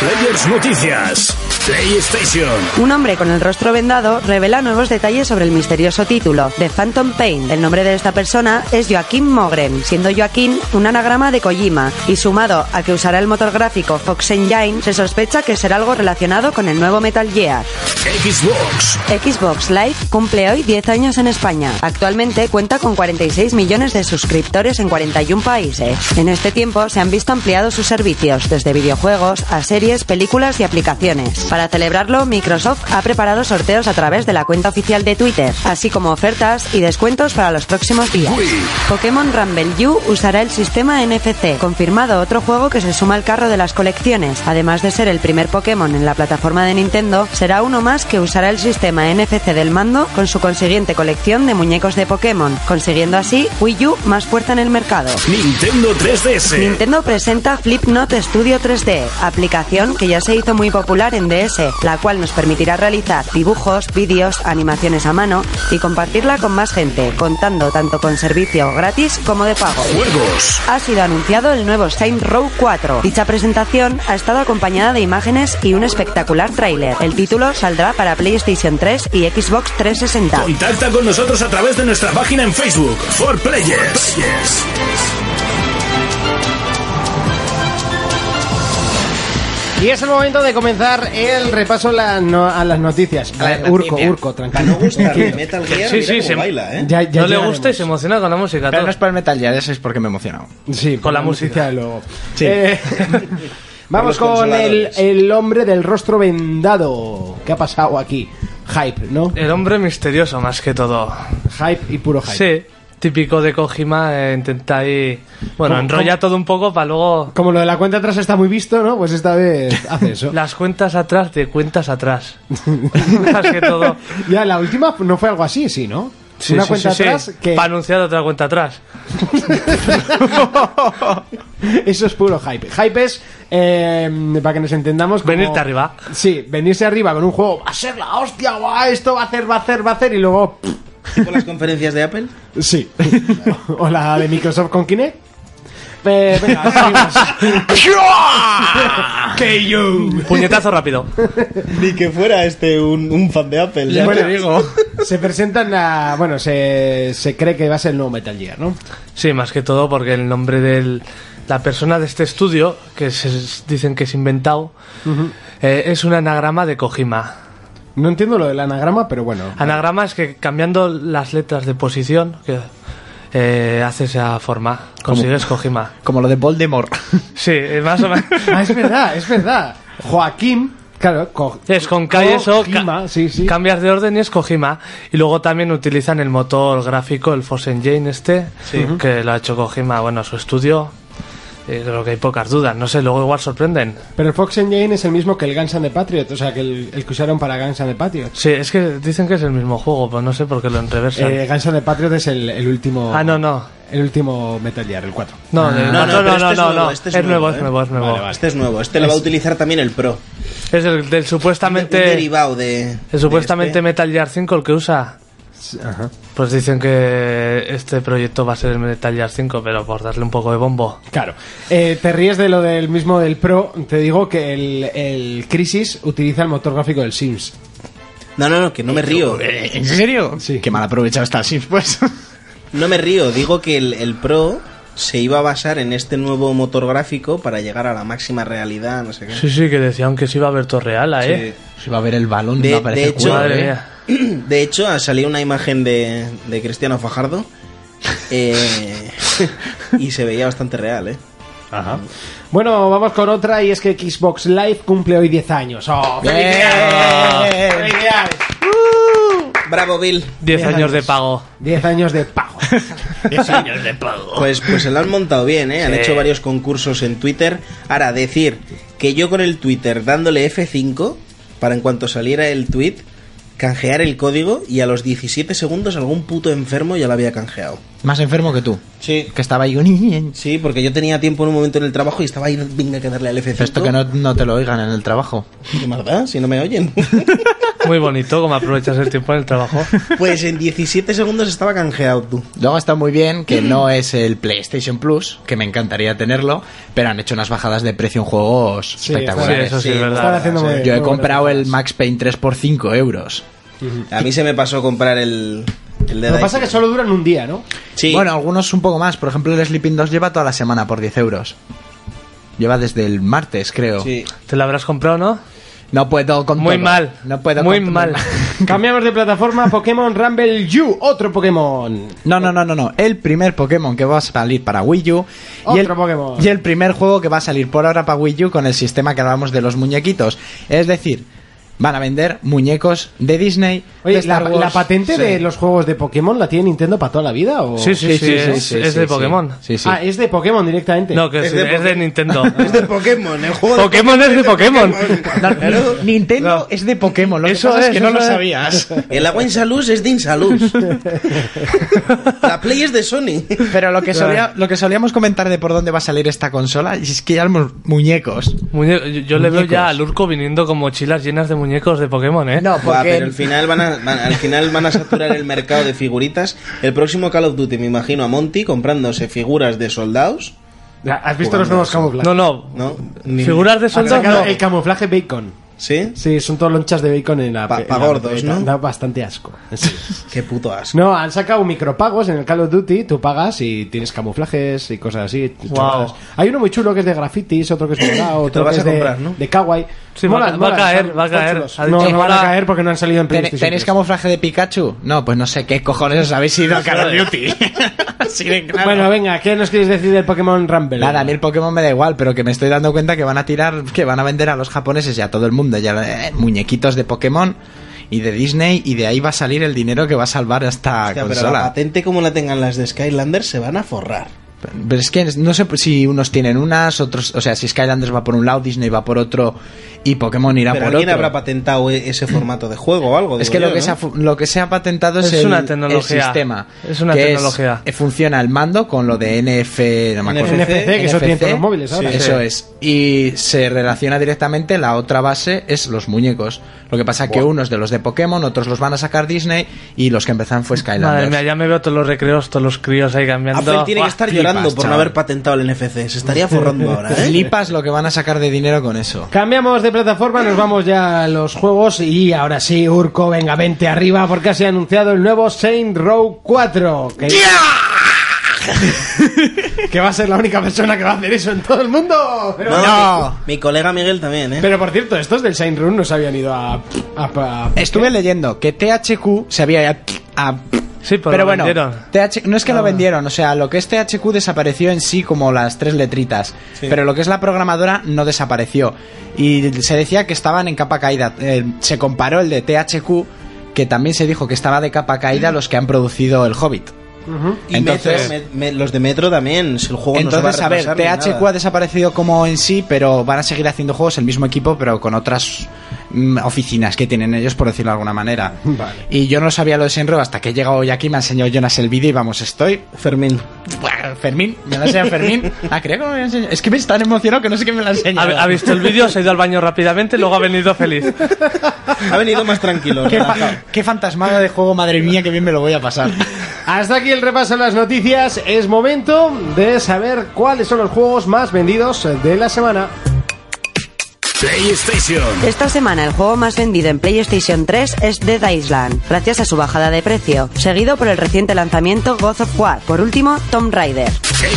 Players Noticias. PlayStation. Un hombre con el rostro vendado revela nuevos detalles sobre el misterioso título, The Phantom Pain. El nombre de esta persona es Joaquín Mogren, siendo Joaquín un anagrama de Kojima, y sumado a que usará el motor gráfico Fox Engine, se sospecha que será algo relacionado con el nuevo Metal Gear. Xbox. Xbox Live cumple hoy 10 años en España. Actualmente cuenta con 46 millones de suscriptores en 41 países. En este tiempo se han visto ampliados sus servicios, desde videojuegos a series, películas y aplicaciones. Para celebrarlo, Microsoft ha preparado sorteos a través de la cuenta oficial de Twitter, así como ofertas y descuentos para los próximos días. Pokémon Rumble U usará el sistema NFC, confirmado otro juego que se suma al carro de las colecciones. Además de ser el primer Pokémon en la plataforma de Nintendo, será uno más que usará el sistema NFC del mando con su consiguiente colección de muñecos de Pokémon, consiguiendo así Wii U más fuerza en el mercado. Nintendo 3DS. Nintendo presenta Flipknot Studio 3D, aplicación que ya se hizo muy popular en DS, la cual nos permitirá realizar dibujos, vídeos, animaciones a mano y compartirla con más gente, contando tanto con servicio gratis como de pago. Juegos. Ha sido anunciado el nuevo Saints Row 4. Dicha presentación ha estado acompañada de imágenes y un espectacular tráiler. El título saldrá para PlayStation 3 y Xbox 360. Contacta con nosotros a través de nuestra página en Facebook, For Players. Y es el momento de comenzar el repaso la no- a las noticias. Eh, A las Urco, noticias. Urco, A no tranquilo. gustarle Metal Gear, Sí, mira sí, cómo se- baila, ¿eh? Ya- ya no le llegaremos. gusta y se emociona con la música. Pero todo. no es por el Metal Gear, eso es porque me he emocionado. Sí, Con la música. luego. Sí. Eh, vamos Por los con el, consoladores. el hombre del rostro vendado. ¿Qué ha pasado aquí? Hype, ¿no? El hombre misterioso, más que todo. Hype y puro hype. Sí, típico de Kojima, eh, intenta ahí... Bueno, ¿Cómo- enrolla todo un poco para luego... Como lo de la cuenta atrás está muy visto, ¿no? Pues esta vez hace eso. Las cuentas atrás de cuentas atrás. más que todo. Ya, la última no fue algo así, sí, ¿no? Sí, Una sí, cuenta sí, sí. atrás que... Pa' anunciar otra cuenta atrás. Eso es puro hype. Hype es, eh, para que nos entendamos, como- Venirte arriba. Sí, venirse arriba con un juego, va a ser la hostia, guau, esto va a hacer, va a hacer, va a hacer, y luego, pff, Tipo las conferencias de Apple. sí. o la de Microsoft con Kinect. Eh, venga, seguimos. Puñetazo rápido. Ni que fuera este un, un fan de Apple. ¿eh? Ya Bueno, este te digo. se presentan la. Bueno, se, se cree que va a ser el nuevo Metal Gear, ¿no? Sí, más que todo porque el nombre de la persona de este estudio, que se, dicen que es inventado, eh, es un anagrama de Kojima. No entiendo lo del anagrama, pero bueno. Anagrama es que cambiando las letras de posición, que, eh, hace esa forma. Consigues Kojima. Como lo de Voldemort. Sí, eh, más o menos. Ah, es verdad, es verdad. Joaquín. Claro, co- Es con K y eso, Kojima, ca- Oh, sí, sí. cambias de orden y es Kojima. Y luego también utilizan el motor gráfico, el Fossen Jane este, que lo ha hecho Kojima, bueno, a su estudio. Eh, creo que hay pocas dudas, no sé, luego igual sorprenden. Pero el Fox Engine es el mismo que el Guns N' the Patriot, o sea, que el, el que usaron para Guns N' the Patriot. Sí, es que dicen que es el mismo juego, pues no sé por qué lo enreversan. Eh, Guns N' the Patriot es el, el último. ah, no, no. El último Metal Gear, el 4. No, de- no, no, no, no, pero no, este es no, no. nuevo, este es, nuevo, es nuevo, es ¿eh? nuevo, es nuevo. Este es nuevo, este lo va a utilizar también el Pro. Es el del Un supuestamente. derivado de. El supuestamente de este. Metal Gear 5 el que usa. Pues dicen que este proyecto va a ser el Metal Gear 5, pero por darle un poco de bombo. Claro. Eh, te ríes de lo del mismo del Pro. Te digo que el, el Crisis utiliza el motor gráfico del Sims. No, no, no, que no me río. Eh, ¿En serio? Sí. Qué mal aprovechado está Sims, pues. No me río, digo que el, el Pro se iba a basar en este nuevo motor gráfico para llegar a la máxima realidad, no sé qué. Sí, sí, que decían que sí iba a haber Torreala, ¿eh? Se va a ver el balón, De- va a aparecer de hecho- culo, Madre ¿eh? mía. De hecho, ha salido una imagen de, de Cristiano Fajardo eh, y se veía bastante real, ¿eh? Ajá. Bueno, vamos con otra y es que Xbox Live cumple hoy 10 años. ¡Oh, Bien. felicidades! ¡Felicidades! Bravo, Bill. 10 años de pago. 10 años de pago. Pues, pues se lo han montado bien, ¿eh? Han hecho varios concursos en Twitter. Ahora, decir que yo con el Twitter dándole F5 para en cuanto saliera el tweet, canjear el código y a los 17 segundos algún puto enfermo ya lo había canjeado. Más enfermo que tú. Sí. Que estaba ahí con... Sí, porque yo tenía tiempo en un momento en el trabajo y estaba ahí, venga, que darle al F5. Esto que no, no te lo oigan en el trabajo. ¿Qué más da? Si no me oyen. Muy bonito, como aprovechas el tiempo en el trabajo. pues en 17 segundos estaba canjeado tú. Luego está muy bien que no es el PlayStation Plus, que me encantaría tenerlo, pero han hecho unas bajadas de precio en juegos Sí, Sí, espectaculares. eso sí, es Están verdad. haciendo muy bien, Yo he muy bueno. comprado el Max Payne 3 por 5 euros. A mí se me pasó comprar el, el de Lo que Dice. pasa es que solo duran un día, ¿no? Sí. Bueno, algunos un poco más. Por ejemplo, el Sleeping 2 lleva toda la semana por 10 euros. Lleva desde el martes, creo. Sí. ¿Te lo habrás comprado, no? No puedo con Muy todo. mal. No puedo Muy con todo. mal. Cambiamos de plataforma Pokémon Rumble You, otro Pokémon. No, no, no, no, no. El primer Pokémon que va a salir para Wii U. Otro el, Pokémon. y el primer juego que va a salir por ahora para Wii U con el sistema que hablamos de los muñequitos. Es decir, van a vender muñecos de Disney. de Oye, la, Star Wars. la patente Sí. de los juegos de Pokémon la tiene Nintendo para toda la vida o Sí, sí, sí, es, es de Pokémon. Sí, sí. Ah, es de Pokémon directamente. No, que sí, es, de, Nintendo. Es de Pokémon, el juego de Pokémon es de Pokémon. No, Nintendo es de Pokémon. Lo Eso que pasa es, es, que no eso lo es. sabías. El agua insalus es de insalus. La Play es de Sony. Pero lo que, solía- lo que solíamos comentar de por dónde va a salir esta consola es que ya los muñecos. Muñe- yo yo le veo Muñecos. ya al Urco viniendo con mochilas llenas de muñecos de Pokémon, ¿eh? No, Buah, porque pero al final, van a, van- al final van a saturar el mercado de figuritas. El próximo Call of Duty, me imagino a Monty comprándose figuras de soldados. Ya, ¿Has visto los nuevos camuflajes? No, no. ¿No? Ni- Figuras de Han soldados sacado no. el camuflaje bacon. ¿sí? Sí, son todo lonchas de bacon en la. Pa- en pa la gordos, beta. ¿no? Da bastante asco. Sí. Qué puto asco. No, han sacado micropagos en el Call of Duty. Tú pagas y tienes camuflajes y cosas así. chorradas. Hay uno muy chulo que es de grafitis, otro que es morado, te otro lo vas que a es de, comprar, ¿no? de kawaii. Sí, va- va a caer, va a están caer. chulos. Ha dicho No, no van a mola. caer porque no han salido en ¿Ten- PlayStation. ¿Tenéis camuflaje de Pikachu? No, pues no sé qué cojones os habéis ido a Call of Duty. Así de claro. Bueno, venga, ¿qué nos quieres decir del Pokémon Rumble? Nada, a mí el Pokémon me da igual, pero que me estoy dando cuenta que van a tirar, que van a vender a los japoneses y a todo el mundo, ya eh, muñequitos de Pokémon y de Disney, y de ahí va a salir el dinero que va a salvar esta Hostia, pero la consola. patente como la tengan las de Skylanders se van a forrar. Pero es que no sé si unos tienen unas, otros, o sea, si Skylanders va por un lado, Disney va por otro, y Pokémon irá Pero por alguien otro. habrá patentado e- ese formato de juego o algo. Es digo que lo yo, que, ¿no? se ha, fu- lo que se ha patentado es, Es el, una el tecnología. sistema. Es una que tecnología. eh, funciona el mando con lo de NF. No me acuerdo. NFC, que eso tienen todos los móviles ahora. Sí, Sí. Eso es. Y se relaciona directamente. La otra base es los muñecos. Lo que pasa que unos de los de Pokémon, otros los van a sacar Disney y los que empezaron fue Madre Skylanders. mía, ya me veo todos los recreos, todos los críos ahí cambiando. Apple tiene Buah, que estar flipas, llorando por no chaval. haber patentado el NFC. Se estaría forrando ahora, ¿eh? Flipas lo que van a sacar de dinero con eso. Cambiamos de plataforma, nos vamos ya a los juegos y ahora sí, Urco, venga, vente arriba porque se ha anunciado el nuevo Saint Row 4. Que... que va a ser la única persona que va a hacer eso en todo el mundo. Pero, No, Mi, mi colega Miguel también, ¿eh? Pero, por cierto, estos del Saint Row no se habían ido a... a- a- Estuve leyendo que THQ se había... a- Sí, pero, pero lo bueno, vendieron. Ah. TH no es que lo vendieron, o sea, lo que es THQ desapareció en sí como las tres letritas, pero lo que es la programadora no desapareció. Y se decía que estaban en capa caída. Eh, se comparó el de THQ, que también se dijo que estaba de capa caída los que han producido el Hobbit. y entonces- Metro, me- me- los de Metro también. si el juego no se Entonces, va a ver, retrasar ni THQ ha nada. desaparecido como en sí, pero van a seguir haciendo juegos el mismo equipo, pero con otras mm, oficinas que tienen ellos, por decirlo de alguna manera. Vale. Y yo no sabía lo de Senro hasta que he llegado hoy aquí, me ha enseñado Jonas el vídeo y vamos, estoy. Fermín. Buah, Fermín, me lo ha enseñado Fermín. Ah, creo que me lo ha enseñado. Es que me es tan emocionado que no sé quién me lo ha Ha, enseñado. ha visto el vídeo, se ha ido al baño rápidamente, luego ha venido feliz. Ha venido más tranquilo. Qué, relajado. fa- qué fantasmada de juego, madre mía, que bien me lo voy a pasar. Hasta aquí el repaso de las noticias. Es momento de saber cuáles son los juegos más vendidos de la semana. PlayStation, Esta semana el juego más vendido en PlayStation 3 es Dead Island, gracias a su bajada de precio, seguido por el reciente lanzamiento God of War. Por último, Tomb Raider.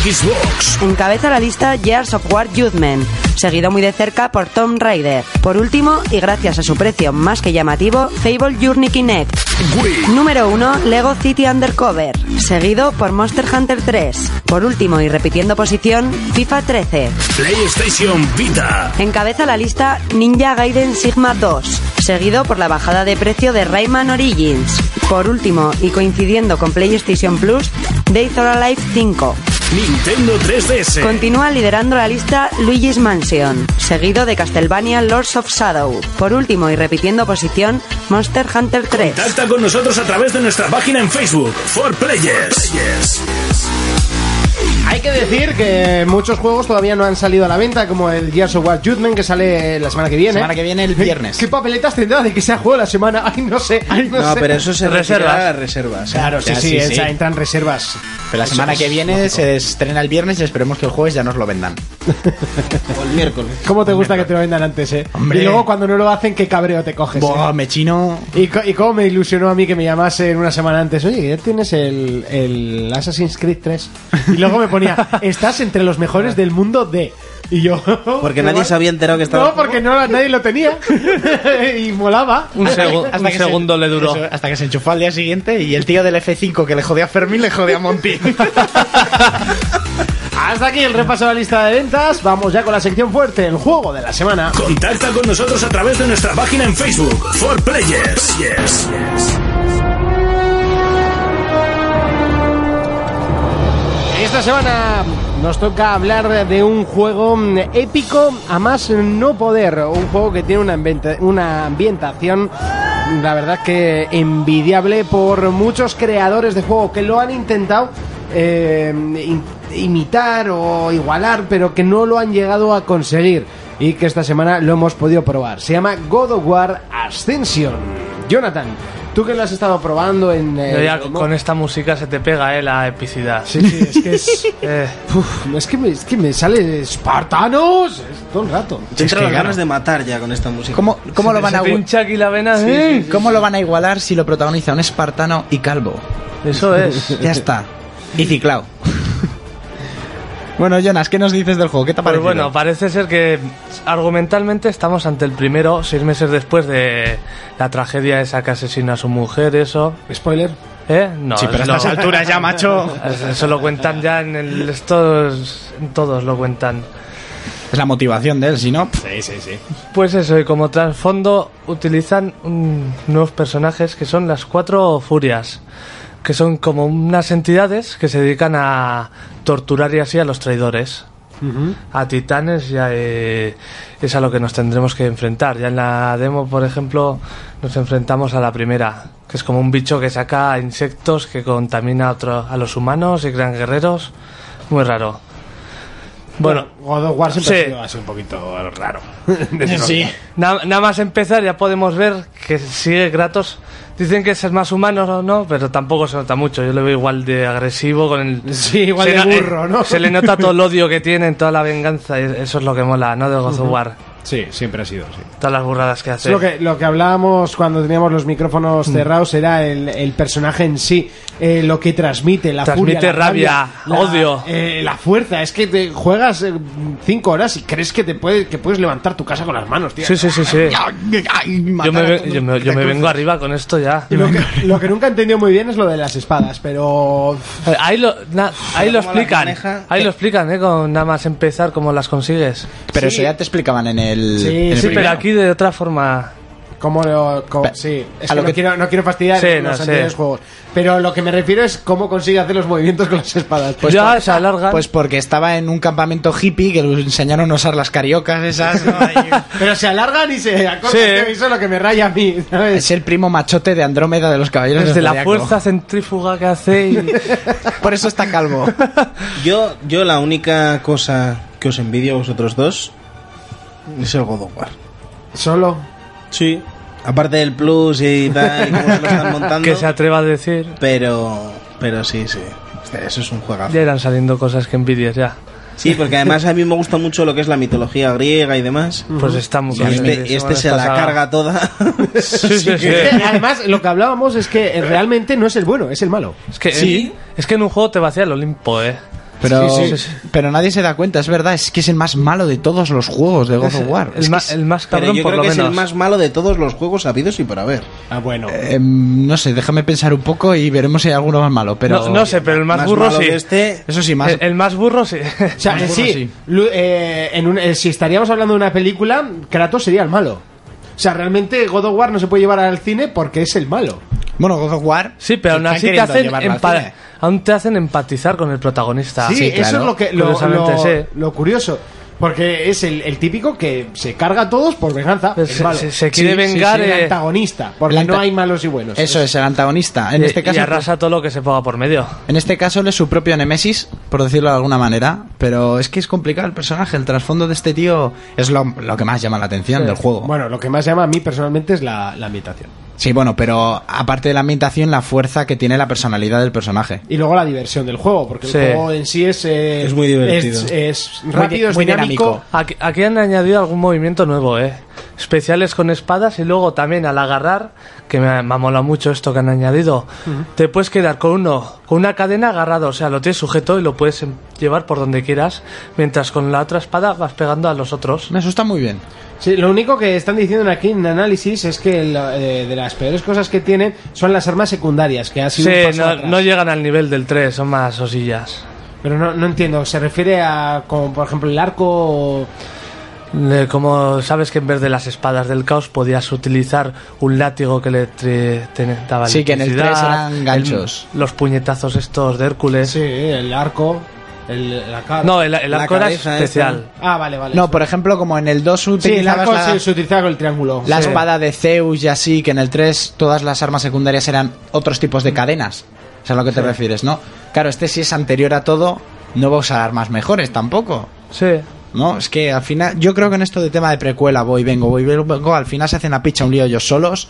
Xbox, Encabeza la lista Gears of War Judgment, seguido muy de cerca por Tomb Raider. Por último, y gracias a su precio más que llamativo, Fable Journey Kinect. Wii, Número 1, Lego City Undercover, seguido por Monster Hunter 3. Por último y repitiendo posición, FIFA 13. PlayStation Vita, Encabeza la lista Ninja Gaiden Sigma 2, seguido por la bajada de precio de Rayman Origins. Por último, y coincidiendo con PlayStation Plus, Days or Alive 5. Nintendo 3DS, Continúa liderando la lista Luigi's Mansion, seguido de Castlevania Lords of Shadow. Por último, y repitiendo posición, Monster Hunter 3. Contacta con nosotros a través de nuestra página en Facebook, For Players. Hay que decir que muchos juegos todavía no han salido a la venta, como el Gears of War Judgment, que sale la semana que viene. Semana que viene, el viernes. ¿Qué papeletas tendrá de que sea juego de la semana? Ay, no sé. Ay, no, No, sé. pero eso se Reservas. reserva a reservas. ¿eh? Claro, sí, Ya, sí, sí, eh, sí. ya entran reservas. Pero la semana que viene se estrena el viernes y esperemos que el jueves ya nos lo vendan. Pues O el miércoles. ¿Cómo te gusta que te lo vendan antes, eh? Hombre. Y luego cuando no lo hacen, qué cabreo te coges. Buah, eh. me chino. Y, co- y cómo me ilusionó a mí que me llamase una semana antes, oye, ya tienes el, el Assassin's Creed 3. Y luego me ponía, estás entre los mejores del mundo de... Y yo... Porque nadie se había enterado que estaba. No, porque no, nadie lo tenía. y molaba. Un, segu- un que se- segundo le duró. eso, hasta que se enchufó al día siguiente y el tío del F5 que le jodía a Fermín le jodía a Monty. Hasta aquí el repaso de la lista de ventas. Vamos ya con la sección fuerte, el juego de la semana. Contacta con nosotros a través de nuestra página en Facebook, For Players. Esta semana nos toca hablar de un juego épico a más no poder. Un juego que tiene una, inventa- una ambientación, la verdad que envidiable por muchos creadores de juego que lo han intentado eh, im- imitar o igualar, pero que no lo han llegado a conseguir. Y que esta semana lo hemos podido probar. Se llama God of War Ascension. Jonathan, tú que lo has estado probando en... eh, Yo ya demo- con esta música se te pega, eh, la epicidad. Sí, sí, es que es... Eh, Uf, es que me, es que me sale espartanos es todo el rato. Te entran las ganas de matar ya con esta música. ¿Cómo, cómo, se lo te- van se a, te hincha aquí la vena. eh. ¿Cómo lo van a igualar si lo protagoniza un espartano y calvo? Eso es. Ya está. Y ciclao. bueno, Jonas, ¿qué nos dices del juego? ¿Qué te ha Pues parecido? bueno, parece ser que argumentalmente estamos ante el primero, seis meses después de la tragedia esa que asesina a su mujer, eso. Spoiler. ¿Eh? No, sí, pero a no. estas alturas ya, macho. Eso lo cuentan ya en el- estos. en todos lo cuentan. Es la motivación de él, si no. pff, Pues eso, y como trasfondo utilizan mm, nuevos personajes que son las cuatro furias, que son como unas entidades que se dedican a torturar y así a los traidores. a titanes ya eh, es a lo que nos tendremos que enfrentar. Ya en la demo, por ejemplo, nos enfrentamos a la primera, que es como un bicho que saca insectos que contamina a, otro- a los humanos y crean guerreros. Muy raro. Bueno, God of War siempre Sí. ha sido así un poquito raro. Sí. na- nada más empezar ya podemos ver que sigue Kratos. Dicen que es el más humano o no, pero tampoco se nota mucho. Yo lo veo igual de agresivo con el... Sí, igual de na- burro, ¿no? Se le nota todo el odio que tiene, en toda la venganza. y Eso es lo que mola, ¿no? De God of War. Sí, siempre ha sido así. Todas las burradas que hace. Lo que, lo que hablábamos cuando teníamos los micrófonos Mm. cerrados era el, el personaje en sí, eh, lo que transmite, la Transmite furia, la rabia, la- odio. eh, la fuerza. Es que te juegas eh, cinco horas y crees que te puedes que puedes levantar tu casa con las manos, tío. Sí, sí, sí, sí. Yo me, ve- yo me- yo me vengo arriba. arriba con esto ya. Lo que, lo que nunca he entendido muy bien es lo de las espadas, pero Eh, Ahí lo, na- ahí lo Cómo las explican. maneja. Ahí lo explican, ¿eh? Con nada más empezar cómo las consigues. Pero eso ya te explicaban en el. Sí, en el sí, Sí, pero primero. aquí de otra forma. Como lo. co- Pe- sí, es a que lo no, que- quiero, no quiero fastidiar Sí, los no, anteriores sí. juegos. Pero lo que me refiero es cómo consigue hacer los movimientos con las espadas. ya se alargan. Pues porque estaba en un campamento hippie que le enseñaron a usar las cariocas esas. ¿no? Ahí. pero se alargan y se acortan. Sí. tío, y Eso es lo que me raya a mí, ¿sabes? Es el primo machote de Andrómeda de los Caballeros desde del la Zodiaco. fuerza centrífuga que hace y- Por eso está calvo. Yo, yo la única cosa que os envidio a vosotros dos es el God of War. Solo. Sí. Aparte del plus y tal, y cómo se lo están montando. que se atreva a decir. Pero, pero sí, sí. Eso es un juegazo. Ya irán saliendo cosas que envidias ya. Sí, porque además a mí me gusta mucho lo que es la mitología griega y demás. Pues está muy Y este, este se la carga toda. Sí, sí, sí. Este, Además, lo que hablábamos es que eh, realmente no es el bueno, es el malo. Es que, Sí. es que en un juego te vacía el Olimpo, eh. Pero, Sí, sí, sí. pero nadie se da cuenta, es verdad, es que es el más malo de todos los juegos de God of War. El, Es que ma- es- el más Pero cabrón, yo por creo lo que es menos. el más malo de todos los juegos sabidos y por haber. Ah, bueno. em, no sé, déjame pensar un poco y veremos si hay alguno más malo. Pero No, no sé, Eh, pero el más, Más burro malo sí. que este. Eso sí, más. El, el más burro sí. O sea, Más en bueno, sí, sí. lu- eh, en un- eh, si estaríamos hablando de una película, Kratos sería el malo. O sea, realmente God of War no se puede llevar al cine porque es el malo. Bueno, God of War. Sí, pero aún están así te queriendo hacen, llevarlo al empa- cine. aún te hacen empatizar con el protagonista. Sí, Sí, eso claro. es lo que lo, Ah, Curiosamente, lo- sí. lo curioso. Porque es el, el típico que se carga a todos por venganza. Pues el se- malo. se- se quiere vengar, el eh, antagonista. Porque el anta- no hay malos y buenos. Eso es, el antagonista. En Eh, Y- este caso. y arrasa todo lo que se ponga por medio. En este caso él es su propio Nemesis, por decirlo de alguna manera, pero es que es complicado el personaje, el trasfondo de este tío es lo, lo que más llama la atención del juego. Bueno, lo que más llama a mí personalmente es la, la ambientación. Sí, bueno, pero aparte de la ambientación, la fuerza que tiene la personalidad del personaje. Y luego la diversión del juego. Porque Sí. el juego en sí es. eh, Es muy divertido. Es, es rápido, es muy dinámico. dinámico. Aquí, aquí han añadido algún movimiento nuevo, ¿eh? Especiales con espadas y luego también al agarrar, que me ha, me ha molado mucho esto que han añadido, te puedes quedar con uno, con una cadena agarrado, o sea, lo tienes sujeto y lo puedes em, llevar por donde quieras, mientras con la otra espada vas pegando a los otros. Me asusta muy bien. Sí, lo único que están diciendo aquí en análisis es que la- eh, de las peores cosas que tienen son las armas secundarias. Que ha Sí, sido un paso no, atrás. no llegan al nivel del 3, son más osillas. Pero no, no entiendo. ¿Se refiere a, como por ejemplo, el arco o- Le- Como sabes que en vez de las espadas del caos podías utilizar un látigo que le tri- te daba Sí, que en el electricidad, tres eran el- ganchos. los puñetazos estos de Hércules. Sí, el arco, el, la cara. No, el, el La arco era cabeza especial. Ah, vale, vale. No, por ejemplo, como en el 2 sí, el utilizabas arco la, se, se utilizaba con el triángulo. la Sí. espada de Zeus y así, que en el 3 todas las armas secundarias eran otros tipos de cadenas. O sea, a lo que te refieres, ¿no? Claro, este sí es anterior a todo, no va a usar armas mejores tampoco. Sí. No, es que al final, yo creo que en esto de tema de precuela, voy, vengo, voy, vengo, al final se hacen la picha un lío ellos solos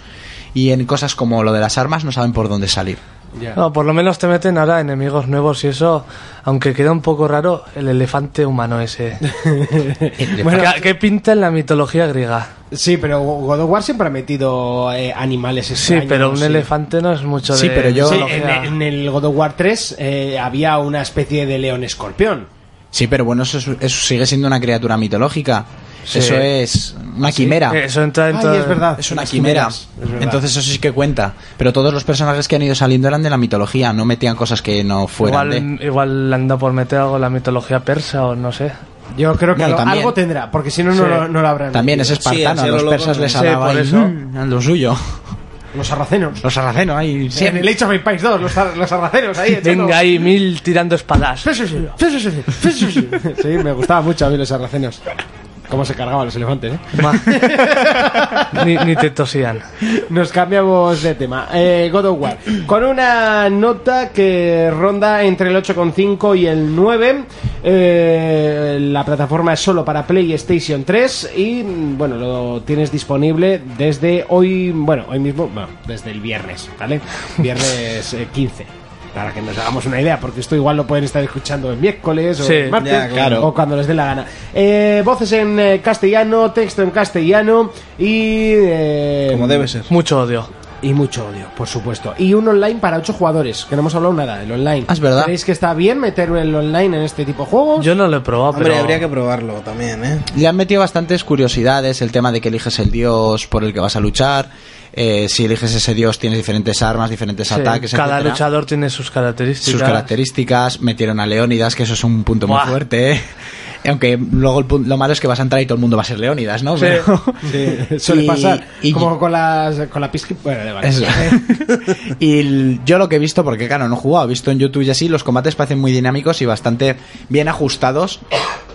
y en cosas como lo de las armas no saben por dónde salir. No, por lo menos te meten ahora enemigos nuevos y eso, aunque queda un poco raro, el elefante humano ese. ¿Qué, qué pinta en la mitología griega? Sí, pero God of War siempre ha metido eh, animales Sí, extraños. pero un sí. elefante no es mucho Sí, de pero yo- Sí, en, mitología. en el God of War 3 eh, había una especie de león escorpión. Sí, pero bueno, eso, es- eso sigue siendo una criatura mitológica. Sí. Eso es Ah, una quimera. Eh, Eh, Eso entra dentro Ay, de- es verdad. Es una Las quimera. quimeras, es verdad. Entonces eso sí que cuenta. Pero todos los personajes que han ido saliendo eran de la mitología, no metían cosas que no fueran de... Igual, igual anda por meter algo en la mitología persa o no sé. Yo creo que Bueno, lo- también. algo tendrá, porque si no, no, Sí. lo- no lo habrán. También es metido. Sí, espartano, el los cielo persas loco, les sí, por alaban eso. lo mm, suyo. Los sarracenos. Los sarracenos ahí. sí. en el Age of Empires 2, los, sar- los sarracenos ahí. echando- Venga ahí, mil tirando espadas. Sí, sí, sí, sí, sí, sí, sí, sí, sí. Sí, me gustaba mucho a mí los sarracenos. Cómo se cargaban los elefantes, ¿eh? Ma. ni, ni te tosían. Nos cambiamos de tema. Eh, God of War. Con una nota que ronda entre el 8,5 y el 9. Eh, la plataforma es solo para PlayStation 3 y mm, bueno, lo tienes disponible desde hoy, bueno, hoy mismo, bueno, desde el viernes, ¿vale? Viernes eh, 15. Para que nos hagamos una idea, porque esto igual lo pueden estar escuchando el miércoles o Sí, el martes ya, claro. o cuando les dé la gana. Eh, voces en eh, castellano, texto en castellano y... eh, Como debe ser. Mucho odio. y mucho odio, por supuesto. Y un online para ocho jugadores, que no hemos hablado nada del online. Ah, es verdad. ¿Creéis que está bien meter el online en este tipo de juegos? Yo no lo he probado, Hombre, pero habría que probarlo también, ¿eh? Le han metido bastantes curiosidades, el tema de que eliges el dios por el que vas a luchar, eh, si eliges ese dios tienes diferentes armas, diferentes sí, ataques, cada etcétera. luchador tiene sus características. sus características, metieron a Leónidas, que eso es un punto Buah. muy fuerte, ¿eh? aunque luego el pun- lo malo es que vas a entrar y todo el mundo va a ser Leónidas, ¿no? Pero- Sí, suele Y- pasar. y- como con, las, con la piscina. Bueno, da igual. Eso. y el- yo lo que he visto, porque claro, no he jugado, he visto en YouTube y así, los combates parecen muy dinámicos y bastante bien ajustados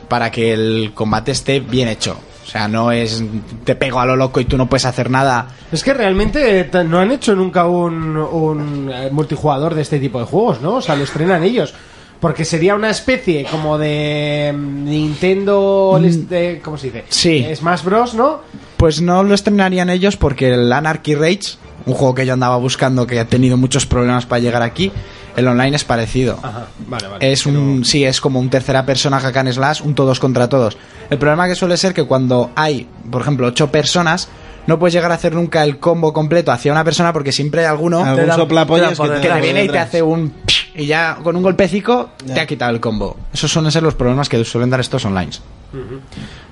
para que el combate esté bien hecho. O sea, no es te pego a lo loco y tú no puedes hacer nada. Es que realmente eh, t- no han hecho nunca un, un, eh, multijugador de este tipo de juegos, ¿no? O sea, lo estrenan ellos. Porque sería una especie como de mm, Nintendo... este, ¿Cómo se dice? Sí. Smash Bros, ¿no? Pues no lo estrenarían ellos porque el Anarchy Rage, un juego que yo andaba buscando que ha tenido muchos problemas para llegar aquí, el online es parecido. Ajá, vale, Ah, vale. Es un, sí, es como un tercera persona hack and slash, un todos contra todos. El problema que suele ser que cuando hay, por ejemplo, ocho personas, no puedes llegar a hacer nunca el combo completo hacia una persona porque siempre hay alguno Algún dan- soplapollas te dan por que que te Claro, viene y te detrás. hace un y ya con un golpecico te ha quitado el combo. Esos suelen ser los problemas que suelen dar estos online.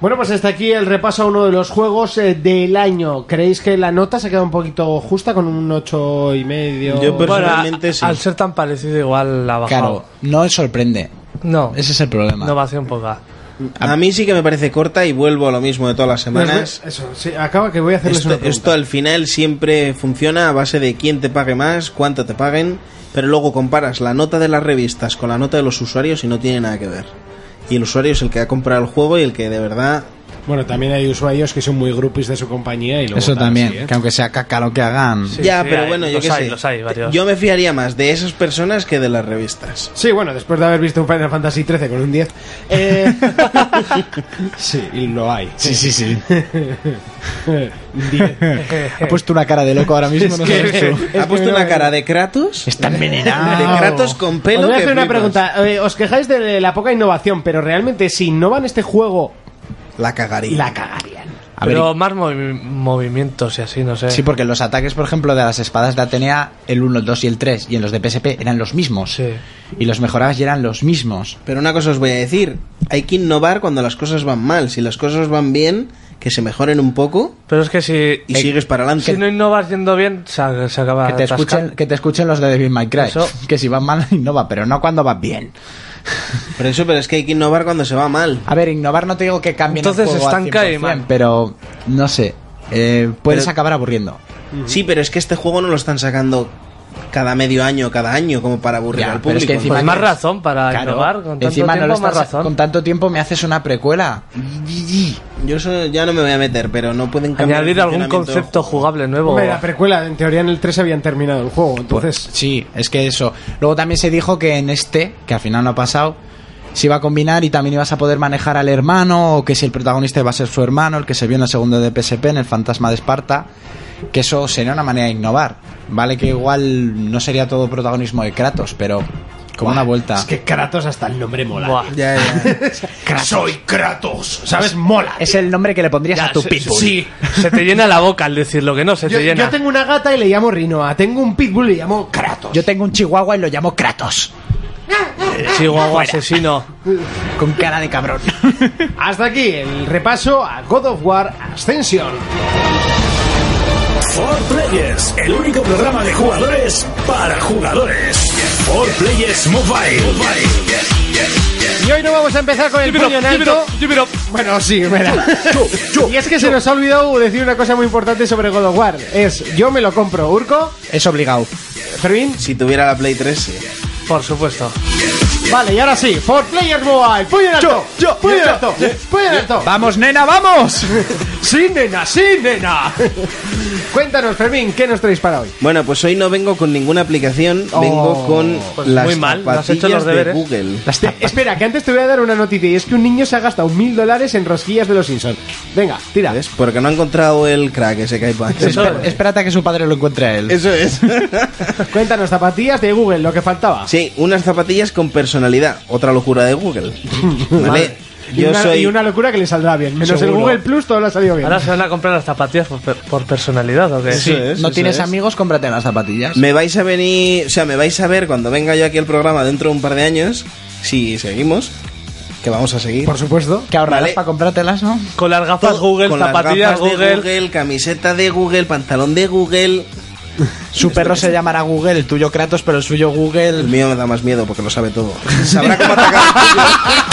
Bueno, pues hasta aquí el repaso a uno de los juegos eh, del año. ¿Creéis que la nota se ha quedado un poquito justa con un ocho y medio? Yo Bueno, a- Personalmente, sí. al ser tan parecido igual la ha Claro, bajado. no sorprende. No, Ese es el problema. innovación poca. A mí sí que me parece corta y vuelvo a lo mismo de todas las Pues, semanas. Eso, sí, acaba que voy a hacerles Esto, una pregunta. esto al final siempre funciona a base de quién te pague más, cuánto te paguen, pero luego comparas la nota de las revistas con la nota de los usuarios y no tiene nada que ver. Y el usuario es el que ha comprado el juego y el que de verdad... Bueno, también hay usuarios que son muy groupies de su compañía y luego Eso tal, también, sí, ¿eh? que aunque sea caca lo que hagan. Sí, ya, sí, pero hay- bueno, yo los qué hay, sé. los hay, varios. Yo me fiaría más de esas personas que de las revistas. Sí, bueno, después de haber visto un Final Fantasy XIII con un 10. eh, sí, y lo hay. Sí, sí, sí. Un 10. Ha puesto una cara de loco ahora mismo. no sabes tú. ha puesto una cara de Kratos. Está envenenado. De Kratos con pelo. Os voy a que hacer una flipas. pregunta. Eh, Os quejáis de la poca innovación, pero realmente si innovan este juego, La cagaría. la cagarían. A ver, pero más movi- movimientos y así, no sé. sí, porque los ataques, por ejemplo, de las espadas de Atenea, el 1, el 2 y el 3, y en los de PSP eran los mismos. Sí. Y los mejorabas y eran los mismos. Pero una cosa os voy a decir. Hay que innovar cuando las cosas van mal. Si las cosas van bien, que se mejoren un poco Pero es que si, Eh, y sigues para adelante. si no innovas yendo bien, se, se acaba Que te, atascando. escuchen, que te escuchen los de Devil May Cry. Ah, Eso. Que si van mal, innova, pero no cuando vas bien. Por eso, pero es que hay que innovar cuando se va mal. A ver, innovar no te digo que cambien Entonces el juego al estanca y 100%, mal. Pero, no sé, eh, puedes Pero- acabar aburriendo. Sí, pero es que este juego no lo están sacando cada medio año, cada año, como para aburrir Ya, al pero público. es que encima- Pues más que- razón para innovar, con tanto encima tiempo, no lo más estás- razón. con tanto tiempo me haces una precuela. Yo eso ya no me voy a meter, pero no pueden cambiar. el Añadir algún funcionamiento del concepto juego. jugable nuevo. Hombre, la precuela, en teoría en el 3 habían terminado el juego, Pues, entonces... sí, es que eso. Luego también se dijo que en este, que al final no ha pasado, se iba a combinar y también ibas a poder manejar al hermano, o que si el protagonista iba a ser su hermano, el que se vio en el segundo de PSP, en el fantasma de Esparta, que eso sería una manera de innovar. Vale que igual no sería todo protagonismo de Kratos, pero como una vuelta. Es que Kratos hasta el nombre mola. Buah. Ya, ya. Soy Kratos, ¿sabes? Mola. Es el nombre que le pondrías a tu se, pitbull. sí, se te llena la boca al decirlo, que no, se Yo, te llena. yo tengo una gata y le llamo Rinoa, tengo un pitbull y le llamo Kratos. Yo tengo un chihuahua y lo llamo Kratos, Chihuahua asesino. con cara de cabrón. Hasta aquí el repaso a God of War Ascension. 4 Players, el único programa de jugadores para jugadores. 4 Players Mobile. Y hoy no vamos a empezar con el puño en alto. Bueno, sí, mira. Y es que se nos ha olvidado decir una cosa muy importante sobre God of War. Es, yo me lo compro. Urco, Es obligado. Fermín. Si tuviera la Play 3, sí. Por supuesto. Vale, y ahora sí. For Players Mobile. Puño en alto. yo, puño en yo, alto. Puño en alto. ¡Vamos, nena, vamos! Sí, nena, sí, nena. Cuéntanos, Fermín, ¿qué nos traéis para hoy? Bueno, pues hoy no vengo con ninguna aplicación, vengo con Pues las muy mal, no has hecho los zapatillas de deberes. Google. Eh, espera, que antes te voy a dar una noticia y es que un niño se ha gastado mil dólares en rosquillas de los Simpsons. Venga, tira. ¿Ves? Porque no ha encontrado el crack ese que hay para Eso- Espérate a que su padre lo encuentre a él. Eso es. Cuéntanos, zapatillas de Google, lo que faltaba. sí, unas zapatillas con personalidad, otra locura de Google. ¿Vale? Y, Yo una, y soy una locura que le saldrá bien. Menos el Seguro. Google Plus, todo lo ha salido bien. Ahora se van a comprar las zapatillas por, per- por personalidad, ¿o qué? Eso es, no eso tienes es. amigos, cómprate las zapatillas. Me vais a venir, o sea, me vais a ver cuando venga yo aquí al programa dentro de un par de años, si seguimos, que vamos a seguir. Por supuesto. Que ahorrarás Vale. para comprártelas, ¿no? Con las gafas Todo- Google, con las zapatillas gafas de Google. Google, camiseta de Google, pantalón de Google. Su perro se llamará Google, el tuyo Kratos, pero el suyo El Google. mío me da más miedo porque lo sabe todo. Sabrá cómo atacar.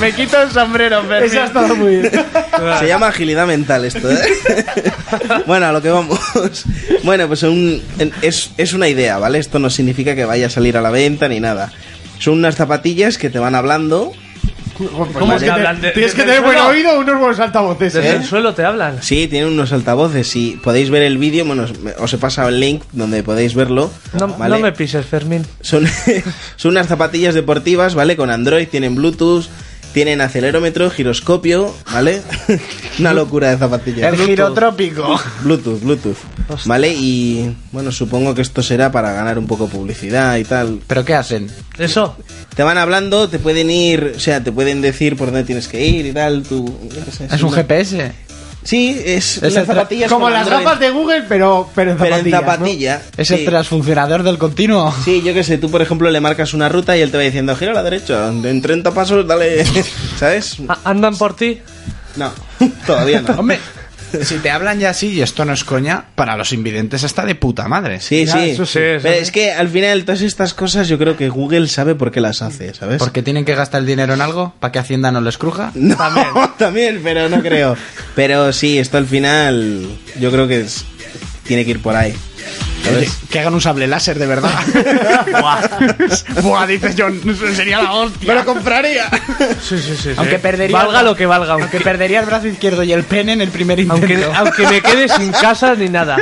Me quito el sombrero, pero Ese ha estado muy bien. Se llama agilidad mental esto, ¿eh? bueno, a lo que vamos. Bueno, pues un- en- es, es una idea, ¿vale? Esto no significa que vaya a salir a la venta ni nada. Son unas zapatillas que te van hablando. ¿Cómo es que vale. te- Hablan de- tienes que desde tener el buen suelo. oído o unos buenos altavoces, Desde ¿eh? el suelo te hablan. Sí, tienen unos altavoces. Si podéis ver el vídeo, bueno, os, me- os he pasado el link donde podéis verlo. No, ¿vale? no me pises, Fermín. Son, son unas zapatillas deportivas, ¿vale? Con Android, tienen Bluetooth, tienen acelerómetro, giroscopio, ¿vale? Una locura de zapatillas. El girotrópico. Bluetooth, Bluetooth. ¿Vale? Y bueno, supongo que esto será para ganar un poco publicidad y tal. ¿Pero qué hacen? Eso. Te van hablando, te pueden ir, o sea, te pueden decir por dónde tienes que ir y tal. Tú, yo qué sé, Es un una- GPS. Sí, es, el unas tra- zapatillas Como con las Android, gafas de Google, pero, pero en Pero zapatillas. en zapatilla. Es Sí. el transfuncionador del continuo. Sí, yo qué sé, tú por ejemplo le marcas una ruta y él te va diciendo, gira a la derecha, en 30 pasos, dale, ¿sabes? A- ¿Andan por ti? No, todavía no. Hombre, si te hablan ya así, y esto no es coña, para los invidentes está de puta madre. Sí, Ya, sí. eso sí, eso Pero sí. es que al final todas estas cosas yo creo que Google sabe por qué las hace, ¿sabes? Porque tienen que gastar el dinero en algo para que Hacienda no les cruja. No, también. pero no creo. Pero sí, esto al final yo creo que es- tiene que ir por ahí. Oye, que hagan un sable láser, de verdad. Buah, dices John, sería la hostia. ¡Me lo compraría! Sí, sí, sí. Aunque perdería- Valga lo que valga. Aunque Aunque, perdería el brazo izquierdo y el pene en el primer intento. aunque, aunque me quede sin casa ni nada.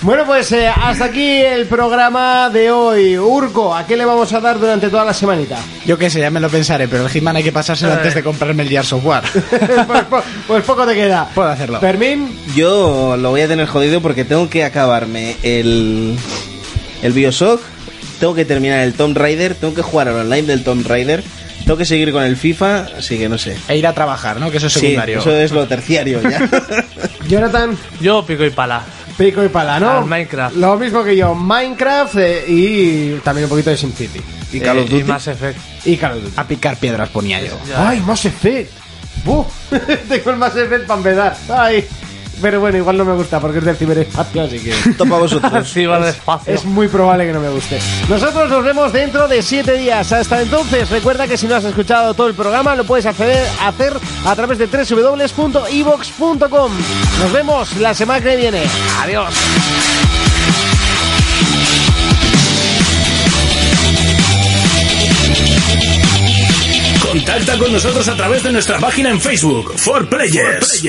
Bueno, pues eh, hasta aquí el programa de hoy. Urco, ¿a qué le vamos a dar durante toda la semanita? Yo qué sé, ya me lo pensaré, pero el He-Man hay que pasárselo antes de comprarme el Gear Software. pues, po- pues poco te queda. Puedo hacerlo. Fermín, Yo lo voy a tener jodido porque tengo que acabarme el, el Bioshock, tengo que terminar el Tomb Raider, tengo que jugar al online del Tomb Raider, tengo que seguir con el FIFA, así que no sé. E ir a trabajar, ¿no? Que eso es Sí, secundario. eso es lo terciario ya. Jonathan, Yo pico y pala. Pico y Pala, ¿no? Al Minecraft. Lo mismo que yo, Minecraft eh, y también un poquito de SimCity. y Call of Eh, Duty. y Mass Effect. Y Call of Duty. A picar piedras ponía yo. Ya. ¡Ay, más Effect! ¡Buh! Tengo el más Effect para empezar. ¡Ay! Pero bueno, igual no me gusta porque es del ciberespacio, así que... Topa vosotros. Así va despacio. Es muy probable que no me guste. Nosotros nos vemos dentro de 7 días. Hasta entonces, recuerda que si no has escuchado todo el programa, lo puedes acceder, hacer a través de www.evox.com. Nos vemos la semana que viene. Adiós. Contacta con nosotros a través de nuestra página en Facebook, For Players.